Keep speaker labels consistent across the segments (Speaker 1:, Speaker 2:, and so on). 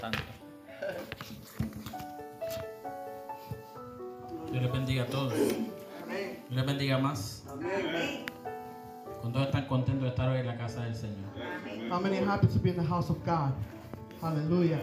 Speaker 1: santo. Dios les bendiga a todos. Dios
Speaker 2: Amén.
Speaker 1: les bendiga más.
Speaker 2: Amén.
Speaker 1: Con todos están contentos de estar hoy en la casa del Señor.
Speaker 3: How many happy to be in the house of God? Hallelujah.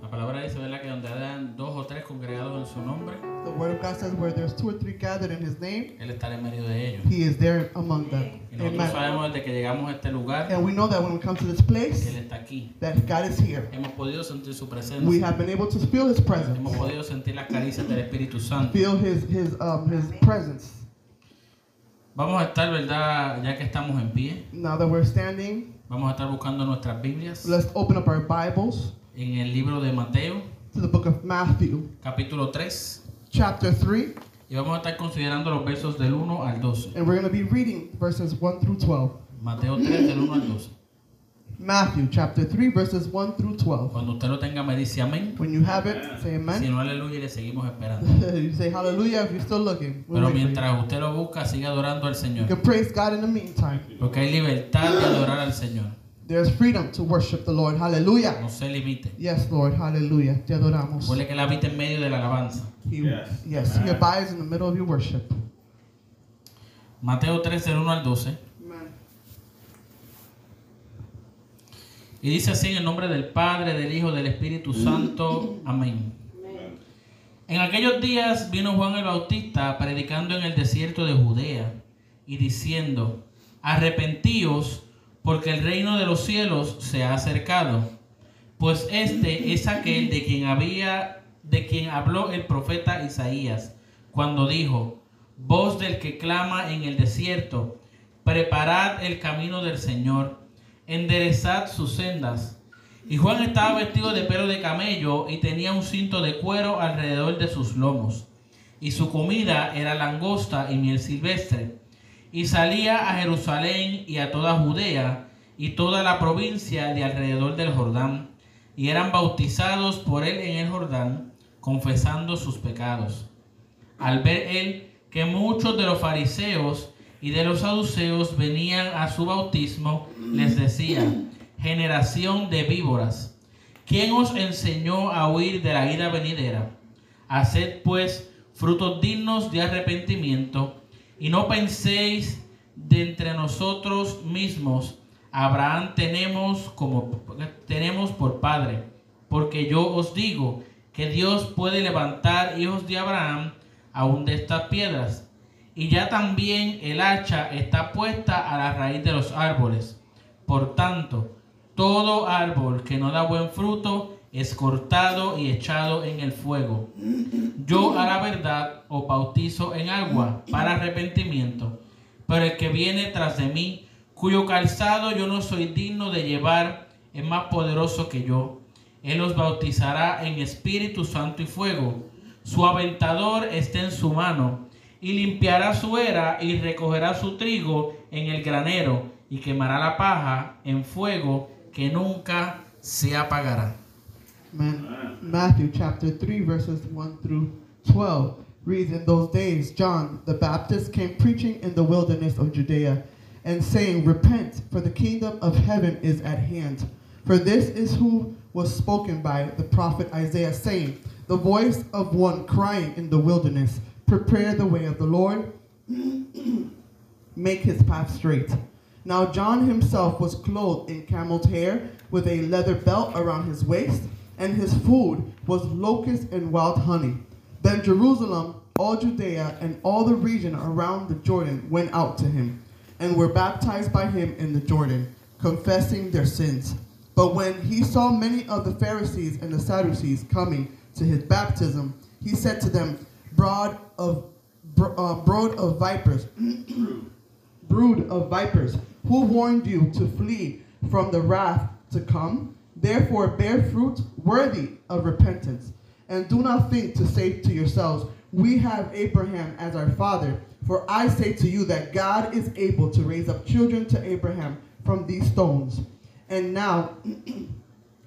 Speaker 1: La palabra dice, ¿verdad? Que donde hayan dos o tres congregados en su nombre,
Speaker 3: The word of God says, where there's two or three gathered in His name,
Speaker 1: Él estará en medio de ellos.
Speaker 3: He is there among them.
Speaker 1: Y nosotros
Speaker 3: Amen.
Speaker 1: sabemos desde que llegamos a este lugar
Speaker 3: And we know that when we come to this
Speaker 1: que Él
Speaker 3: place,
Speaker 1: está aquí.
Speaker 3: that God is here.
Speaker 1: Hemos podido sentir su
Speaker 3: We
Speaker 1: presencia.
Speaker 3: have been able to feel His
Speaker 1: Hemos
Speaker 3: presence,
Speaker 1: podido sentir las caricias del Espíritu Santo.
Speaker 3: feel His His um His presence.
Speaker 1: Vamos a estar, ¿verdad? Ya que estamos en pie,
Speaker 3: Now that we're standing,
Speaker 1: vamos a estar buscando nuestras Biblias
Speaker 3: let's open up our Bibles
Speaker 1: en el libro de Mateo,
Speaker 3: to the book of Matthew,
Speaker 1: capítulo 3.
Speaker 3: chapter three,
Speaker 1: Y vamos a estar considerando los versos del 1 al 12.
Speaker 3: and we're going to be reading verses one through twelve.
Speaker 1: Mateo 3, del 1 al 12.
Speaker 3: Matthew chapter three, verses one through twelve.
Speaker 1: Cuando usted lo tenga, me dice amén.
Speaker 3: When you have it, say Amen.
Speaker 1: Si no, aleluya, y le seguimos esperando.
Speaker 3: you say hallelujah if you're still looking. We'll
Speaker 1: Pero
Speaker 3: wait for you.
Speaker 1: mientras usted lo busca, siga adorando al
Speaker 3: You
Speaker 1: Señor.
Speaker 3: can praise God in the meantime.
Speaker 1: Porque hay libertad de adorar al Señor.
Speaker 3: There's freedom to worship the Lord. Hallelujah.
Speaker 1: No se limite.
Speaker 3: Yes, Lord. Hallelujah. Te adoramos.
Speaker 1: Recuerde que Él habita en medio de la alabanza.
Speaker 3: He,
Speaker 4: Yes.
Speaker 3: yes, He abides in the middle of your worship.
Speaker 1: Mateo 3, del 1 al 12.
Speaker 3: Amen.
Speaker 1: Y dice así en el nombre del Padre, del Hijo, del Espíritu Santo. Amén. En aquellos días vino Juan el Bautista predicando en el desierto de Judea y diciendo, arrepentíos porque el reino de los cielos se ha acercado. Pues este es aquel de quien había de quien habló el profeta Isaías cuando dijo, voz del que clama en el desierto, preparad el camino del Señor, enderezad sus sendas. Y Juan estaba vestido de pelo de camello y tenía un cinto de cuero alrededor de sus lomos. Y su comida era langosta y miel silvestre. Y salía a Jerusalén y a toda Judea y toda la provincia de alrededor del Jordán. Y eran bautizados por él en el Jordán, confesando sus pecados. Al ver él que muchos de los fariseos y de los saduceos venían a su bautismo, les decía, generación de víboras, ¿quién os enseñó a huir de la ira venidera? Haced pues frutos dignos de arrepentimiento y no penséis de entre nosotros mismos, Abraham tenemos como tenemos por padre, porque yo os digo que Dios puede levantar hijos de Abraham aún de estas piedras. Y ya también el hacha está puesta a la raíz de los árboles. Por tanto, todo árbol que no da buen fruto es cortado y echado en el fuego. Yo a la verdad os bautizo en agua para arrepentimiento, pero el que viene tras de mí, cuyo calzado yo no soy digno de llevar, es más poderoso que yo. Él los bautizará en Espíritu Santo y fuego. Su aventador está en su mano, y limpiará su era y recogerá su trigo en el granero, y quemará la paja en fuego que nunca se apagará.
Speaker 3: Amen. Matthew chapter 3, verses 1 through 12 reads In those days, John the Baptist came preaching in the wilderness of Judea and saying, Repent, for the kingdom of heaven is at hand. For this is who was spoken by the prophet Isaiah, saying, The voice of one crying in the wilderness, Prepare the way of the Lord, make his path straight. Now John himself was clothed in camel's hair with a leather belt around his waist, and his food was locusts and wild honey. Then Jerusalem, all Judea, and all the region around the Jordan went out to him, and were baptized by him in the Jordan, confessing their sins. But when he saw many of the Pharisees and the Sadducees coming to his baptism, he said to them, Broad of, bro, uh, brood of vipers, brood of vipers, who warned you to flee from the wrath to come? Therefore, bear fruit worthy of repentance. And do not think to say to yourselves, We have Abraham as our father. For I say to you that God is able to raise up children to Abraham from these stones. And now,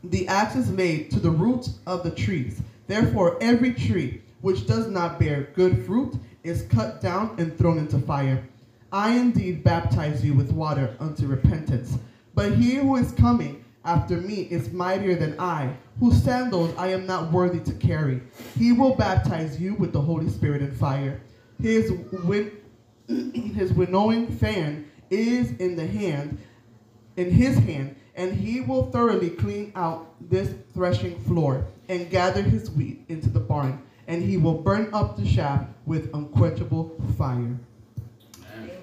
Speaker 3: the axe is laid to the roots of the trees. Therefore, every tree which does not bear good fruit is cut down and thrown into fire. I indeed baptize you with water unto repentance, but he who is coming after me is mightier than I, whose sandals I am not worthy to carry. He will baptize you with the Holy Spirit and fire. His, win- his winnowing fan is in the hand, in his hand, and he will thoroughly clean out this threshing floor and gather his wheat into the barn, and he will burn up the shaft with unquenchable fire.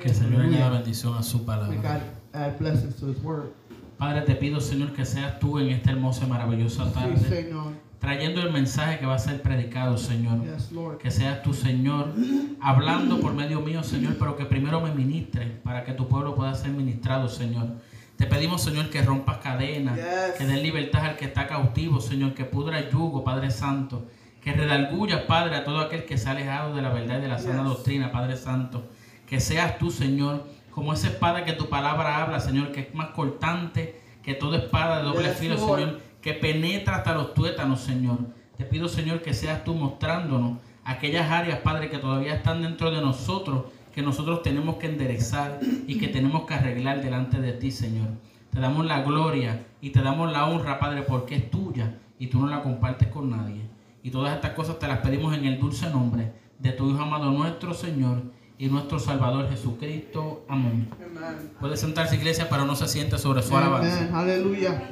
Speaker 1: Que el Señor añada bendición a su
Speaker 3: May
Speaker 1: palabra.
Speaker 3: God add blessings to his word.
Speaker 1: Padre, te pido, Señor, que seas tú en esta hermosa y maravillosa
Speaker 3: Please
Speaker 1: tarde,
Speaker 3: say no.
Speaker 1: trayendo el mensaje que va a ser predicado, Señor.
Speaker 3: Yes, Lord.
Speaker 1: Que seas tú, Señor, hablando por medio mío, Señor, pero que primero me ministre para que tu pueblo pueda ser ministrado, Señor. Te pedimos, Señor, que rompas cadenas,
Speaker 3: Yes.
Speaker 1: que des libertad al que está cautivo, Señor, que pudra yugo, Padre Santo, que redalguya, Padre, a todo aquel que se ha alejado de la verdad y de la sana
Speaker 3: Yes.
Speaker 1: doctrina, Padre Santo. Que seas tú, Señor, como esa espada que tu palabra habla, Señor, que es más cortante que toda espada de doble
Speaker 3: Yes,
Speaker 1: filo,
Speaker 3: Lord.
Speaker 1: Señor, que penetra hasta los tuétanos, Señor. Te pido, Señor, que seas tú mostrándonos aquellas áreas, Padre, que todavía están dentro de nosotros, que nosotros tenemos que enderezar y que tenemos que arreglar delante de ti, Señor. Te damos la gloria y te damos la honra, Padre, porque es tuya y tú no la compartes con nadie. Y todas estas cosas te las pedimos en el dulce nombre de tu Hijo amado nuestro Señor y nuestro Salvador Jesucristo. Amén.
Speaker 3: Amen.
Speaker 1: Puede sentarse iglesia, pero no se siente sobre su alabanza.
Speaker 3: Amen. Hallelujah.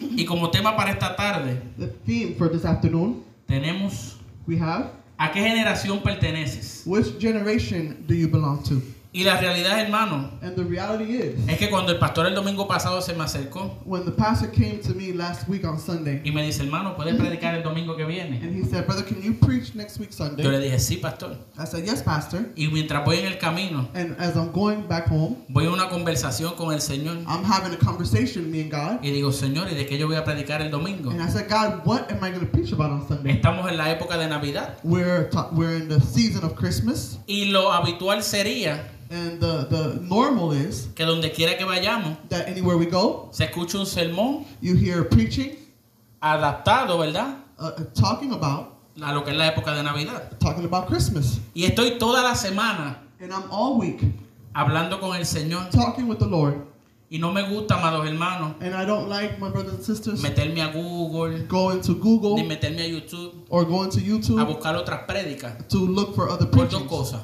Speaker 1: Y como tema para esta tarde,
Speaker 3: The theme for this afternoon
Speaker 1: tenemos
Speaker 3: we have
Speaker 1: ¿A qué generación perteneces?
Speaker 3: which generation do you belong to?
Speaker 1: Y la realidad, hermano,
Speaker 3: And the reality is
Speaker 1: es que cuando el pastor el domingo pasado se me acercó
Speaker 3: when the pastor came to me last week on Sunday
Speaker 1: y me dice, hermano, ¿puedes predicar el domingo que viene?
Speaker 3: and he said, Brother, can you preach next week
Speaker 1: Yo le
Speaker 3: Sunday?
Speaker 1: dije, sí, pastor.
Speaker 3: I said, Yes, Pastor.
Speaker 1: Y mientras voy en el camino,
Speaker 3: And as I'm going back home,
Speaker 1: voy a una conversación con el Señor
Speaker 3: I'm having a conversation, me and God.
Speaker 1: y digo, Señor, ¿y de qué yo voy a predicar el domingo?
Speaker 3: And I said, God, what am I going to preach about on Sunday?
Speaker 1: Estamos en la época de Navidad
Speaker 3: We're, ta- we're in the season of Christmas,
Speaker 1: y lo habitual sería
Speaker 3: and the, the normal is
Speaker 1: que donde quiera que vayamos,
Speaker 3: that anywhere we go,
Speaker 1: se escuche un sermón
Speaker 3: you hear preaching,
Speaker 1: adaptado, ¿verdad?
Speaker 3: uh, uh, talking about
Speaker 1: A lo que es la época de Navidad.
Speaker 3: talking about Christmas.
Speaker 1: Y estoy toda la semana
Speaker 3: And I'm all week
Speaker 1: hablando con el Señor
Speaker 3: talking with the Lord,
Speaker 1: Y no me gusta, amados hermanos,
Speaker 3: and I don't like my brothers and sisters
Speaker 1: meterme a Google,
Speaker 3: going to
Speaker 1: ni
Speaker 3: Google
Speaker 1: meterme a YouTube
Speaker 3: or going to
Speaker 1: a
Speaker 3: YouTube
Speaker 1: buscar otras prédicas.
Speaker 3: to look for other
Speaker 1: Por dos
Speaker 3: preachings.
Speaker 1: cosas.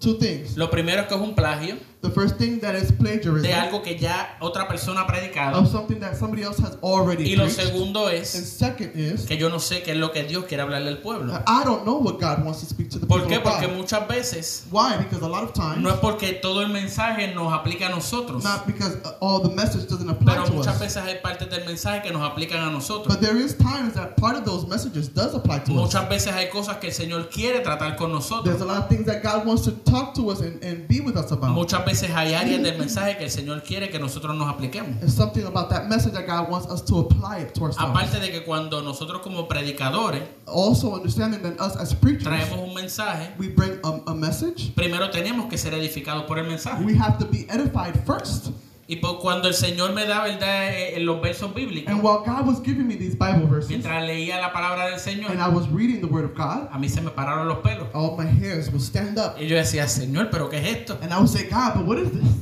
Speaker 3: Two things.
Speaker 1: Lo primero es que es un plagio
Speaker 3: The first thing that is
Speaker 1: de
Speaker 3: plagiarism
Speaker 1: algo que ya otra persona ha
Speaker 3: of
Speaker 1: predicado.
Speaker 3: something that somebody else has already
Speaker 1: Y lo
Speaker 3: preached. And
Speaker 1: segundo es
Speaker 3: second is
Speaker 1: que yo no sé qué es lo que Dios quiere hablarle al pueblo.
Speaker 3: that I don't know what God wants to speak to the people
Speaker 1: ¿Por qué? Porque
Speaker 3: about.
Speaker 1: muchas veces
Speaker 3: Why? Because a lot of times,
Speaker 1: no es porque todo el mensaje nos aplica a nosotros,
Speaker 3: not because uh, all the message doesn't apply
Speaker 1: pero
Speaker 3: to
Speaker 1: muchas
Speaker 3: us,
Speaker 1: veces hay partes del mensaje que nos aplican a nosotros.
Speaker 3: but there is times that part of those messages does apply to us.
Speaker 1: Muchas veces hay cosas que el Señor quiere tratar con
Speaker 3: There's
Speaker 1: nosotros.
Speaker 3: a lot of things that God wants to talk to us and, and be with us about.
Speaker 1: Muchas veces hay áreas del mensaje que el Señor quiere que nosotros nos apliquemos.
Speaker 3: There's something about that message that God wants us to apply it to ourselves.
Speaker 1: Aparte de que cuando nosotros como predicadores
Speaker 3: Also understanding that us as preachers,
Speaker 1: traemos un mensaje,
Speaker 3: we bring a, a message.
Speaker 1: primero tenemos que ser edificados por el mensaje.
Speaker 3: We have to be edified first.
Speaker 1: Y por cuando el Señor me da verdad eh, en los versos bíblicos,
Speaker 3: And while God was giving me these Bible verses,
Speaker 1: mientras leía la palabra del
Speaker 3: and
Speaker 1: Señor,
Speaker 3: I was reading the Word of God,
Speaker 1: a mí se me pararon los pelos.
Speaker 3: all my hairs would stand up.
Speaker 1: Y yo decía, Señor, ¿pero qué es esto?
Speaker 3: And I would say, God, but what is this?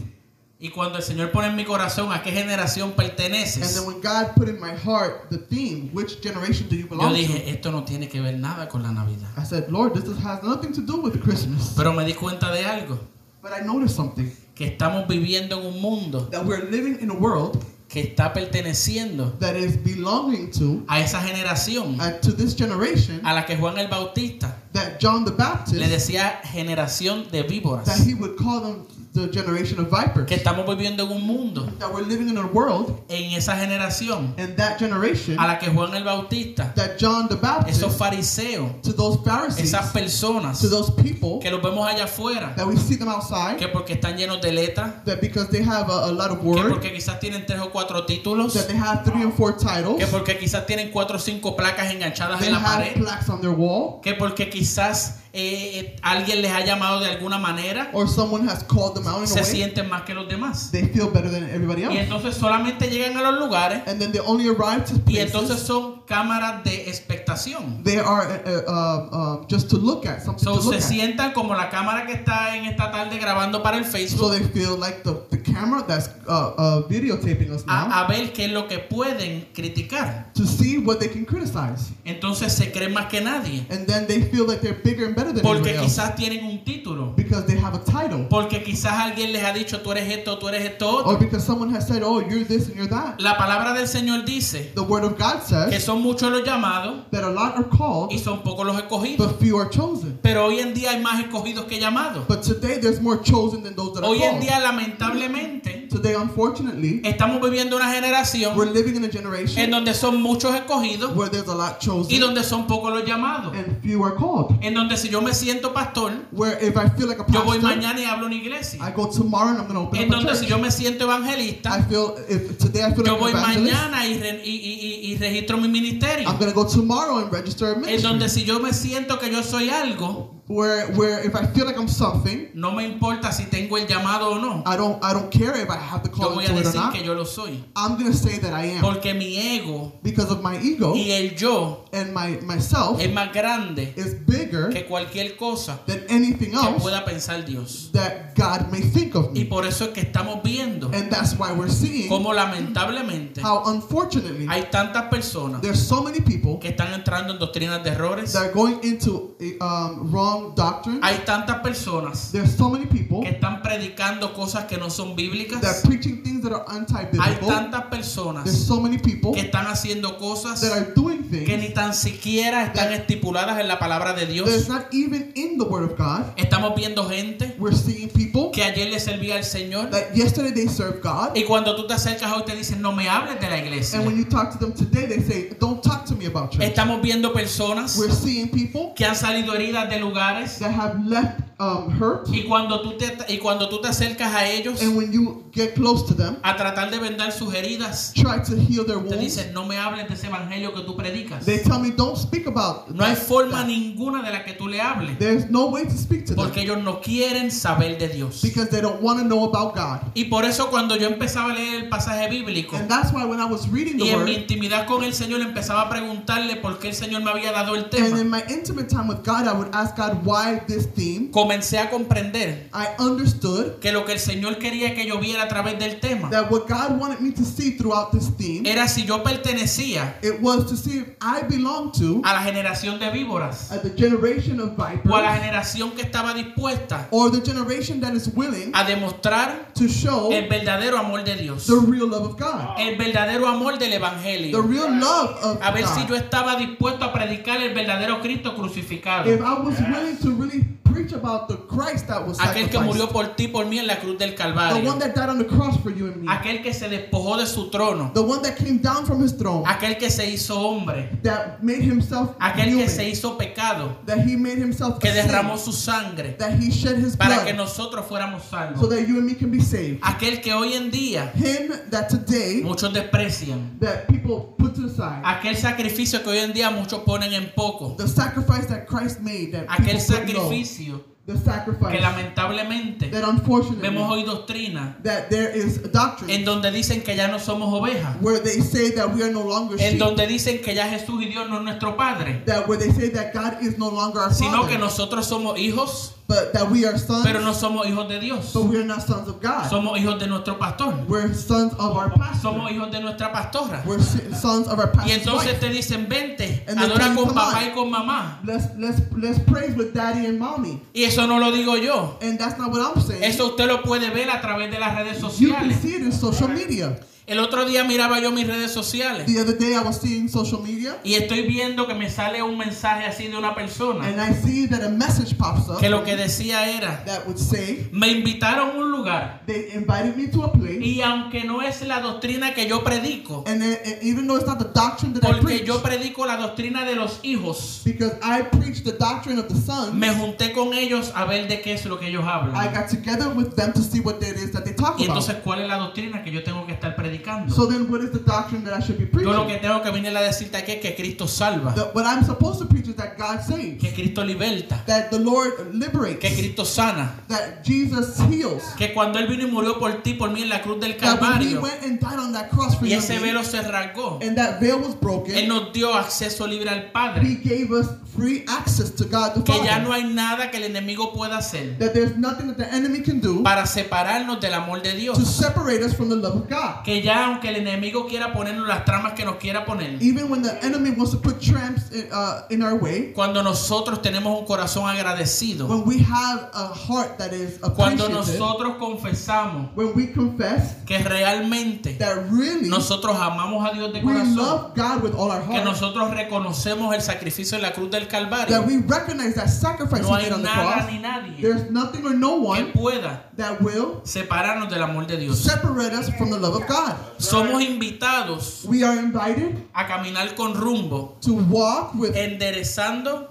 Speaker 1: Y cuando el Señor pone en mi corazón a qué generación
Speaker 3: And then
Speaker 1: perteneces,
Speaker 3: when God put in my heart the theme, which generation do you
Speaker 1: yo
Speaker 3: belong to?
Speaker 1: dije, esto no tiene que ver nada con la Navidad.
Speaker 3: I said, Lord, this has nothing to do with Christmas.
Speaker 1: Pero me di cuenta de algo,
Speaker 3: But I noticed something
Speaker 1: que estamos viviendo en un mundo
Speaker 3: that we're living in a world
Speaker 1: que está perteneciendo
Speaker 3: that is belonging to
Speaker 1: a esa generación
Speaker 3: uh, to this generation
Speaker 1: a la que Juan el Bautista
Speaker 3: that John the
Speaker 1: le
Speaker 3: Baptist
Speaker 1: decía generación de
Speaker 3: that
Speaker 1: víboras.
Speaker 3: he would call them the generation of vipers.
Speaker 1: Que estamos viviendo en un mundo,
Speaker 3: That we're living in a world
Speaker 1: en esa generación
Speaker 3: and that generation
Speaker 1: a la que Juan el Bautista,
Speaker 3: that John the Baptist
Speaker 1: esos fariseos,
Speaker 3: to those Pharisees
Speaker 1: esas
Speaker 3: to
Speaker 1: personas
Speaker 3: those people
Speaker 1: que los vemos allá afuera,
Speaker 3: that we see them outside
Speaker 1: que porque están llenos de letras,
Speaker 3: that because they have a, a lot of
Speaker 1: que
Speaker 3: words
Speaker 1: porque quizás tienen tres o cuatro títulos,
Speaker 3: that they have three and four titles
Speaker 1: que porque quizás tienen cuatro o cinco placas enganchadas
Speaker 3: they
Speaker 1: en la
Speaker 3: have
Speaker 1: pared,
Speaker 3: plaques on their wall
Speaker 1: que porque quizás eh, eh, alguien les ha llamado de alguna manera,
Speaker 3: or someone has called them out in a
Speaker 1: se
Speaker 3: way
Speaker 1: sienten más que los demás.
Speaker 3: they feel better than everybody
Speaker 1: Y
Speaker 3: else
Speaker 1: entonces solamente llegan a los lugares
Speaker 3: and then they only arrive to
Speaker 1: y entonces
Speaker 3: places
Speaker 1: son son cámaras de expectación.
Speaker 3: They are uh, uh, um, just to look at, something
Speaker 1: So,
Speaker 3: to look
Speaker 1: se
Speaker 3: at.
Speaker 1: sientan como la cámara que está en esta tarde grabando para el
Speaker 3: So
Speaker 1: Facebook
Speaker 3: they feel like the, the camera that's uh, uh, videotaping us now
Speaker 1: a, a ver qué es lo que pueden criticar.
Speaker 3: to see what they can criticize.
Speaker 1: Entonces se creen más que nadie.
Speaker 3: And then they feel like they're bigger and better than
Speaker 1: Porque
Speaker 3: everybody else
Speaker 1: quizás tienen un título.
Speaker 3: because they have a title.
Speaker 1: Porque quizás alguien les ha dicho, tú eres esto, tú eres esto. otro.
Speaker 3: Or because someone has said, oh, you're this and you're that.
Speaker 1: La palabra del Señor dice
Speaker 3: The Word of God
Speaker 1: que
Speaker 3: says
Speaker 1: son muchos los llamados
Speaker 3: that a lot are
Speaker 1: y
Speaker 3: called,
Speaker 1: son pocos los escogidos.
Speaker 3: but few are chosen.
Speaker 1: Pero hoy en día hay más escogidos que llamados.
Speaker 3: But today there's more chosen than those that are
Speaker 1: Hoy en
Speaker 3: called.
Speaker 1: día, lamentablemente,
Speaker 3: Today, unfortunately,
Speaker 1: estamos viviendo una
Speaker 3: we're
Speaker 1: generación
Speaker 3: living in a
Speaker 1: en
Speaker 3: generation
Speaker 1: donde son muchos escogidos
Speaker 3: where there's a lot
Speaker 1: y
Speaker 3: chosen
Speaker 1: donde son pocos los llamados.
Speaker 3: and few are called.
Speaker 1: En donde si yo me siento pastor,
Speaker 3: Where if I feel like a
Speaker 1: yo voy
Speaker 3: pastor,
Speaker 1: mañana y hablo una
Speaker 3: I
Speaker 1: iglesia.
Speaker 3: go tomorrow and I'm going to
Speaker 1: En
Speaker 3: open up
Speaker 1: donde
Speaker 3: a
Speaker 1: si
Speaker 3: church.
Speaker 1: yo me siento
Speaker 3: I
Speaker 1: evangelista,
Speaker 3: feel if today I feel
Speaker 1: yo
Speaker 3: like
Speaker 1: voy
Speaker 3: an evangelist,
Speaker 1: mañana y, re- y- y- y- y registro mi
Speaker 3: I'm
Speaker 1: ministerio.
Speaker 3: gonna go tomorrow and register a
Speaker 1: En
Speaker 3: ministry.
Speaker 1: donde si yo me siento que yo soy algo,
Speaker 3: Where where if I feel like I'm something,
Speaker 1: no me importa si tengo el llamado o no.
Speaker 3: I don't I don't care if I have the
Speaker 1: Yo
Speaker 3: call
Speaker 1: voy
Speaker 3: to
Speaker 1: a
Speaker 3: it or
Speaker 1: decir
Speaker 3: not.
Speaker 1: que yo lo soy.
Speaker 3: I'm gonna say that I am
Speaker 1: Porque mi ego
Speaker 3: because of my ego
Speaker 1: y el yo
Speaker 3: and my myself
Speaker 1: es más grande
Speaker 3: is bigger
Speaker 1: que cualquier cosa
Speaker 3: than anything
Speaker 1: que
Speaker 3: else
Speaker 1: pueda pensar Dios.
Speaker 3: that God may think of
Speaker 1: Y
Speaker 3: me.
Speaker 1: por eso es que estamos viendo
Speaker 3: And that's why we're seeing
Speaker 1: cómo lamentablemente
Speaker 3: how unfortunately
Speaker 1: hay tantas personas
Speaker 3: there's so many people
Speaker 1: que están entrando en doctrinas de errores.
Speaker 3: that are going into eh, um, wrong doctrine.
Speaker 1: Hay tantas personas
Speaker 3: There's so many people
Speaker 1: que están predicando cosas que no son
Speaker 3: that
Speaker 1: bíblicas.
Speaker 3: are preaching things that are
Speaker 1: Hay
Speaker 3: anti-biblical.
Speaker 1: tantas personas
Speaker 3: There's so many people
Speaker 1: que están haciendo cosas
Speaker 3: that are doing
Speaker 1: que ni
Speaker 3: things
Speaker 1: tan siquiera están estipuladas en la palabra de
Speaker 3: that's
Speaker 1: Dios.
Speaker 3: not even in the Word of God.
Speaker 1: Estamos viendo gente
Speaker 3: We're seeing people
Speaker 1: que ayer le servía al Señor
Speaker 3: that yesterday they served God,
Speaker 1: y cuando tú te acercas hoy te dicen no me hables de la iglesia.
Speaker 3: and when you talk to them today, they say, Don't talk to me about church.
Speaker 1: Estamos viendo personas
Speaker 3: We're seeing people
Speaker 1: que han salido heridas de lugares
Speaker 3: that have left um, hurt,
Speaker 1: y cuando tú te y cuando tú te acercas a ellos
Speaker 3: and when you get close to them,
Speaker 1: a tratar de vendar sus heridas
Speaker 3: try to heal their
Speaker 1: te
Speaker 3: wounds.
Speaker 1: dicen no me hables de ese evangelio que tú predicas.
Speaker 3: They tell me, Don't speak about
Speaker 1: No hay
Speaker 3: that-
Speaker 1: forma
Speaker 3: that."
Speaker 1: ninguna de la que tú le hables
Speaker 3: There's no way to speak to them
Speaker 1: porque ellos no quieren saber de Dios.
Speaker 3: because they don't want to know about God.
Speaker 1: Y por eso cuando yo empezaba a leer el pasaje bíblico
Speaker 3: And that's why when I was reading
Speaker 1: y
Speaker 3: the
Speaker 1: en mi
Speaker 3: Word,
Speaker 1: intimidad con el Señor empezaba a preguntarle por qué el Señor me había dado el
Speaker 3: and in
Speaker 1: tema,
Speaker 3: my intimate time with God, I would ask God why this theme.
Speaker 1: comencé a comprender
Speaker 3: I understood
Speaker 1: que lo que el Señor quería que yo viera a través del tema
Speaker 3: that what God wanted me to see throughout this theme,
Speaker 1: era si yo pertenecía
Speaker 3: it was to see if I belong to
Speaker 1: a la generación de víboras
Speaker 3: uh, the generation of
Speaker 1: o a la
Speaker 3: vipers
Speaker 1: generación que estaba dispuesta
Speaker 3: or the generation that is willing
Speaker 1: a demostrar
Speaker 3: to show
Speaker 1: el verdadero amor de Dios,
Speaker 3: the real love of God,
Speaker 1: el verdadero amor del
Speaker 3: the
Speaker 1: Evangelio.
Speaker 3: real love of
Speaker 1: A ver si yo
Speaker 3: God.
Speaker 1: estaba dispuesto a predicar el verdadero Cristo crucificado,
Speaker 3: If I was willing to really preach about the Christ that was
Speaker 1: aquel que murió
Speaker 3: sacrificed,
Speaker 1: por ti, por mí en la cruz del
Speaker 3: the
Speaker 1: Calvario,
Speaker 3: one that died on the cross for you and me,
Speaker 1: aquel que se despojó de su trono,
Speaker 3: the one that came down from his throne,
Speaker 1: aquel que se hizo hombre,
Speaker 3: that made himself
Speaker 1: aquel que se
Speaker 3: human,
Speaker 1: hizo pecado,
Speaker 3: that he made himself
Speaker 1: que
Speaker 3: a sin,
Speaker 1: derramó su sangre
Speaker 3: that he shed his
Speaker 1: para que
Speaker 3: blood
Speaker 1: nosotros fuéramos
Speaker 3: so
Speaker 1: salvos,
Speaker 3: that you and me can be saved.
Speaker 1: aquel que hoy en día
Speaker 3: him that today
Speaker 1: muchos desprecian,
Speaker 3: that people put to the side
Speaker 1: aquel sacrificio que hoy en día muchos ponen en poco,
Speaker 3: the sacrifice that christ made that
Speaker 1: aquel
Speaker 3: people put low,
Speaker 1: sacrificio
Speaker 3: the
Speaker 1: que
Speaker 3: sacrifice
Speaker 1: lamentablemente
Speaker 3: that
Speaker 1: vemos
Speaker 3: unfortunately
Speaker 1: hoy doctrina
Speaker 3: that there is a doctrine
Speaker 1: en donde dicen que ya no somos ovejas,
Speaker 3: where they say that we are no longer
Speaker 1: en
Speaker 3: sheep
Speaker 1: donde dicen que ya Jesús y Dios no es nuestro Padre,
Speaker 3: that where they say that god is no longer our
Speaker 1: sino
Speaker 3: father
Speaker 1: que nosotros somos hijos,
Speaker 3: but that we are sons
Speaker 1: pero no somos hijos de Dios,
Speaker 3: but we are not sons of god
Speaker 1: somos hijos de nuestro pastor,
Speaker 3: we're sons of our
Speaker 1: somos
Speaker 3: pastor
Speaker 1: hijos de nuestra pastora.
Speaker 3: we're si- sons of our pastor's
Speaker 1: Y entonces
Speaker 3: wife.
Speaker 1: te dicen, vente,
Speaker 3: And they
Speaker 1: adora
Speaker 3: tell you,
Speaker 1: con
Speaker 3: "Come on."
Speaker 1: papá y con mamá.
Speaker 3: let's let's let's praise with daddy and mommy
Speaker 1: Y eso no lo digo yo.
Speaker 3: and that's not what i'm saying
Speaker 1: Eso usted lo puede ver a través de las redes
Speaker 3: you can
Speaker 1: sociales.
Speaker 3: see it in social media
Speaker 1: El otro día miraba yo mis redes sociales
Speaker 3: The other day I was seeing social media
Speaker 1: y estoy viendo que me sale un mensaje así de una persona
Speaker 3: and I see that a message pops up
Speaker 1: que lo que decía era,
Speaker 3: that would say
Speaker 1: me invitaron a un lugar
Speaker 3: they invited me to a place
Speaker 1: y aunque no es la doctrina que yo predico,
Speaker 3: and, then- and even though it's not the doctrine that I
Speaker 1: porque
Speaker 3: preach
Speaker 1: yo predico la doctrina de los hijos,
Speaker 3: because I preach the doctrine of the son
Speaker 1: me junté con ellos a ver de qué es lo que ellos
Speaker 3: I
Speaker 1: hablan.
Speaker 3: got together with them to see what it is that they talk
Speaker 1: Y
Speaker 3: about
Speaker 1: entonces, ¿cuál es la doctrina que yo tengo que estar predicando.
Speaker 3: So then, what is the doctrine that I should be preaching?
Speaker 1: Yo lo que tengo que venir a decirte aquí es que Cristo salva,
Speaker 3: The- what I'm supposed to preach is that God saves,
Speaker 1: que Cristo liberta,
Speaker 3: that the Lord liberates,
Speaker 1: que Cristo sana,
Speaker 3: that Jesus heals,
Speaker 1: que cuando Él vino y murió por ti, por mí en la cruz del
Speaker 3: that when He
Speaker 1: Calvario,
Speaker 3: went and died on that cross for
Speaker 1: y
Speaker 3: you,
Speaker 1: ese
Speaker 3: and me,
Speaker 1: velo se rasgó,
Speaker 3: and that veil was
Speaker 1: Él
Speaker 3: broken,
Speaker 1: nos dio acceso libre al
Speaker 3: He
Speaker 1: Padre,
Speaker 3: gave us free access to God the
Speaker 1: que ya
Speaker 3: Father.
Speaker 1: no hay nada que el enemigo pueda hacer
Speaker 3: That there's nothing that the enemy can do
Speaker 1: para separarnos del amor de
Speaker 3: to
Speaker 1: Dios.
Speaker 3: separate us from the love of God.
Speaker 1: Que ya aunque el enemigo quiera ponernos las tramas que nos quiera poner,
Speaker 3: Even when the enemy wants to put tramps in, uh, in our way,
Speaker 1: cuando nosotros tenemos un corazón agradecido,
Speaker 3: when we have a heart that is
Speaker 1: cuando
Speaker 3: appreciative,
Speaker 1: nosotros confesamos
Speaker 3: when we confess
Speaker 1: que realmente
Speaker 3: that really
Speaker 1: nosotros amamos a Dios de
Speaker 3: we
Speaker 1: corazón,
Speaker 3: love God with all our
Speaker 1: que
Speaker 3: heart,
Speaker 1: nosotros reconocemos el sacrificio en la cruz del
Speaker 3: that
Speaker 1: Calvario,
Speaker 3: we recognize that sacrifice
Speaker 1: no
Speaker 3: He
Speaker 1: hay
Speaker 3: made on the
Speaker 1: nada
Speaker 3: cross,
Speaker 1: ni nadie
Speaker 3: there's nothing or no
Speaker 1: que
Speaker 3: one
Speaker 1: pueda
Speaker 3: that will
Speaker 1: separarnos del amor de Dios.
Speaker 3: separate us from the love of God.
Speaker 1: Somos invitados
Speaker 3: We are invited
Speaker 1: a caminar con rumbo,
Speaker 3: to walk
Speaker 1: Eh.
Speaker 3: with
Speaker 1: enderezando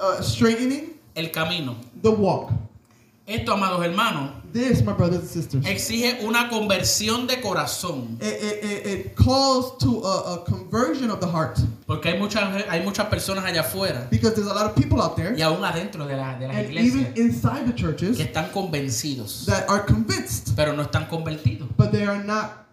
Speaker 3: uh, straightening
Speaker 1: el camino.
Speaker 3: the walk.
Speaker 1: Esto, amados hermanos,
Speaker 3: This, my brothers and sisters, it,
Speaker 1: exige una conversión de corazón,
Speaker 3: it, it, it calls to a, a conversion of the heart
Speaker 1: porque hay muchas, hay muchas personas allá afuera
Speaker 3: because there's a lot of people out there
Speaker 1: y aún adentro de, la- de las
Speaker 3: and
Speaker 1: iglesias
Speaker 3: even inside the churches
Speaker 1: que están convencidos,
Speaker 3: that are convinced,
Speaker 1: pero no están convertidos.
Speaker 3: but they are not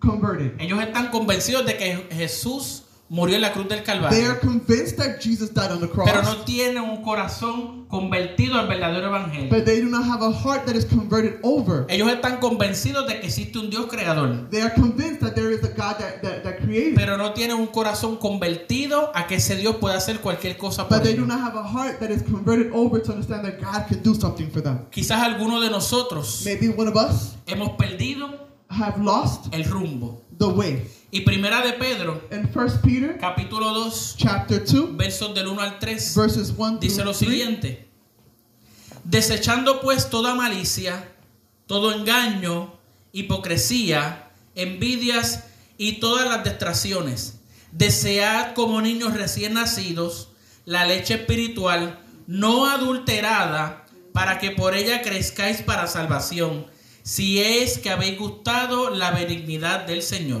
Speaker 3: converted.
Speaker 1: Ellos están convencidos de que Jesús murió en la cruz del
Speaker 3: They are
Speaker 1: Calvario,
Speaker 3: convinced that Jesus died on the
Speaker 1: pero
Speaker 3: cross,
Speaker 1: no tienen un corazón convertido al verdadero evangelio.
Speaker 3: but they do not have a heart that is converted over.
Speaker 1: Ellos están convencidos de que existe un Dios creador,
Speaker 3: They are convinced that there is a God that, that, that created,
Speaker 1: pero no tienen un corazón convertido a que ese Dios pueda hacer cualquier cosa
Speaker 3: but
Speaker 1: por
Speaker 3: they do
Speaker 1: ellos.
Speaker 3: not have a heart that is converted over to understand that God can do something for them.
Speaker 1: Quizás alguno de nosotros
Speaker 3: Maybe one of us
Speaker 1: hemos perdido
Speaker 3: have lost
Speaker 1: el rumbo.
Speaker 3: the way.
Speaker 1: Y primera de Pedro,
Speaker 3: In First Peter
Speaker 1: capítulo 2,
Speaker 3: chapter 2,
Speaker 1: versos del 1 al 3,
Speaker 3: verses 1
Speaker 1: dice
Speaker 3: through
Speaker 1: lo
Speaker 3: 3.
Speaker 1: siguiente. Desechando pues toda malicia, todo engaño, hipocresía, envidias y todas las distracciones, desead como niños recién nacidos la leche espiritual no adulterada para que por ella crezcáis para salvación, si es que habéis gustado la benignidad del Señor.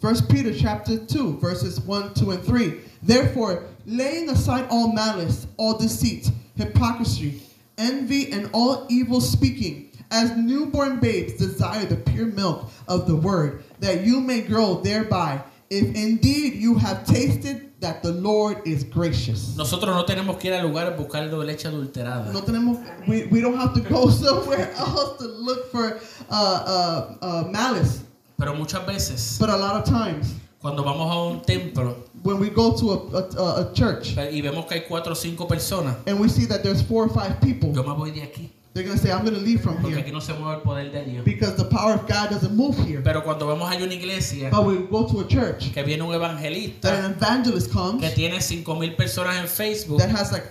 Speaker 3: First Peter chapter 2, verses 1, 2, and 3. Therefore, laying aside all malice, all deceit, hypocrisy, envy, and all evil speaking, as newborn babes desire the pure milk of the word, that you may grow thereby, if indeed you have tasted that the Lord is gracious.
Speaker 1: Nosotros no tenemos que ir al lugar a buscar leche adulterada.
Speaker 3: No tenemos, we, we don't have to go somewhere else to look for uh, uh, uh, malice.
Speaker 1: Pero muchas veces,
Speaker 3: But a lot of times,
Speaker 1: cuando vamos a un templo
Speaker 3: when we go to a, a, a church
Speaker 1: y vemos que hay cuatro o cinco personas,
Speaker 3: and we see that there's four or five people,
Speaker 1: yo me voy de aquí,
Speaker 3: they're going to say, I'm going to leave from
Speaker 1: porque
Speaker 3: here
Speaker 1: aquí no se mueve el poder de Dios.
Speaker 3: because the power of God doesn't move here.
Speaker 1: Pero cuando vamos a una iglesia
Speaker 3: But we go to a church
Speaker 1: que viene un
Speaker 3: that
Speaker 1: evangelista
Speaker 3: an evangelist comes
Speaker 1: que tiene cinco mil personas en Facebook,
Speaker 3: that has like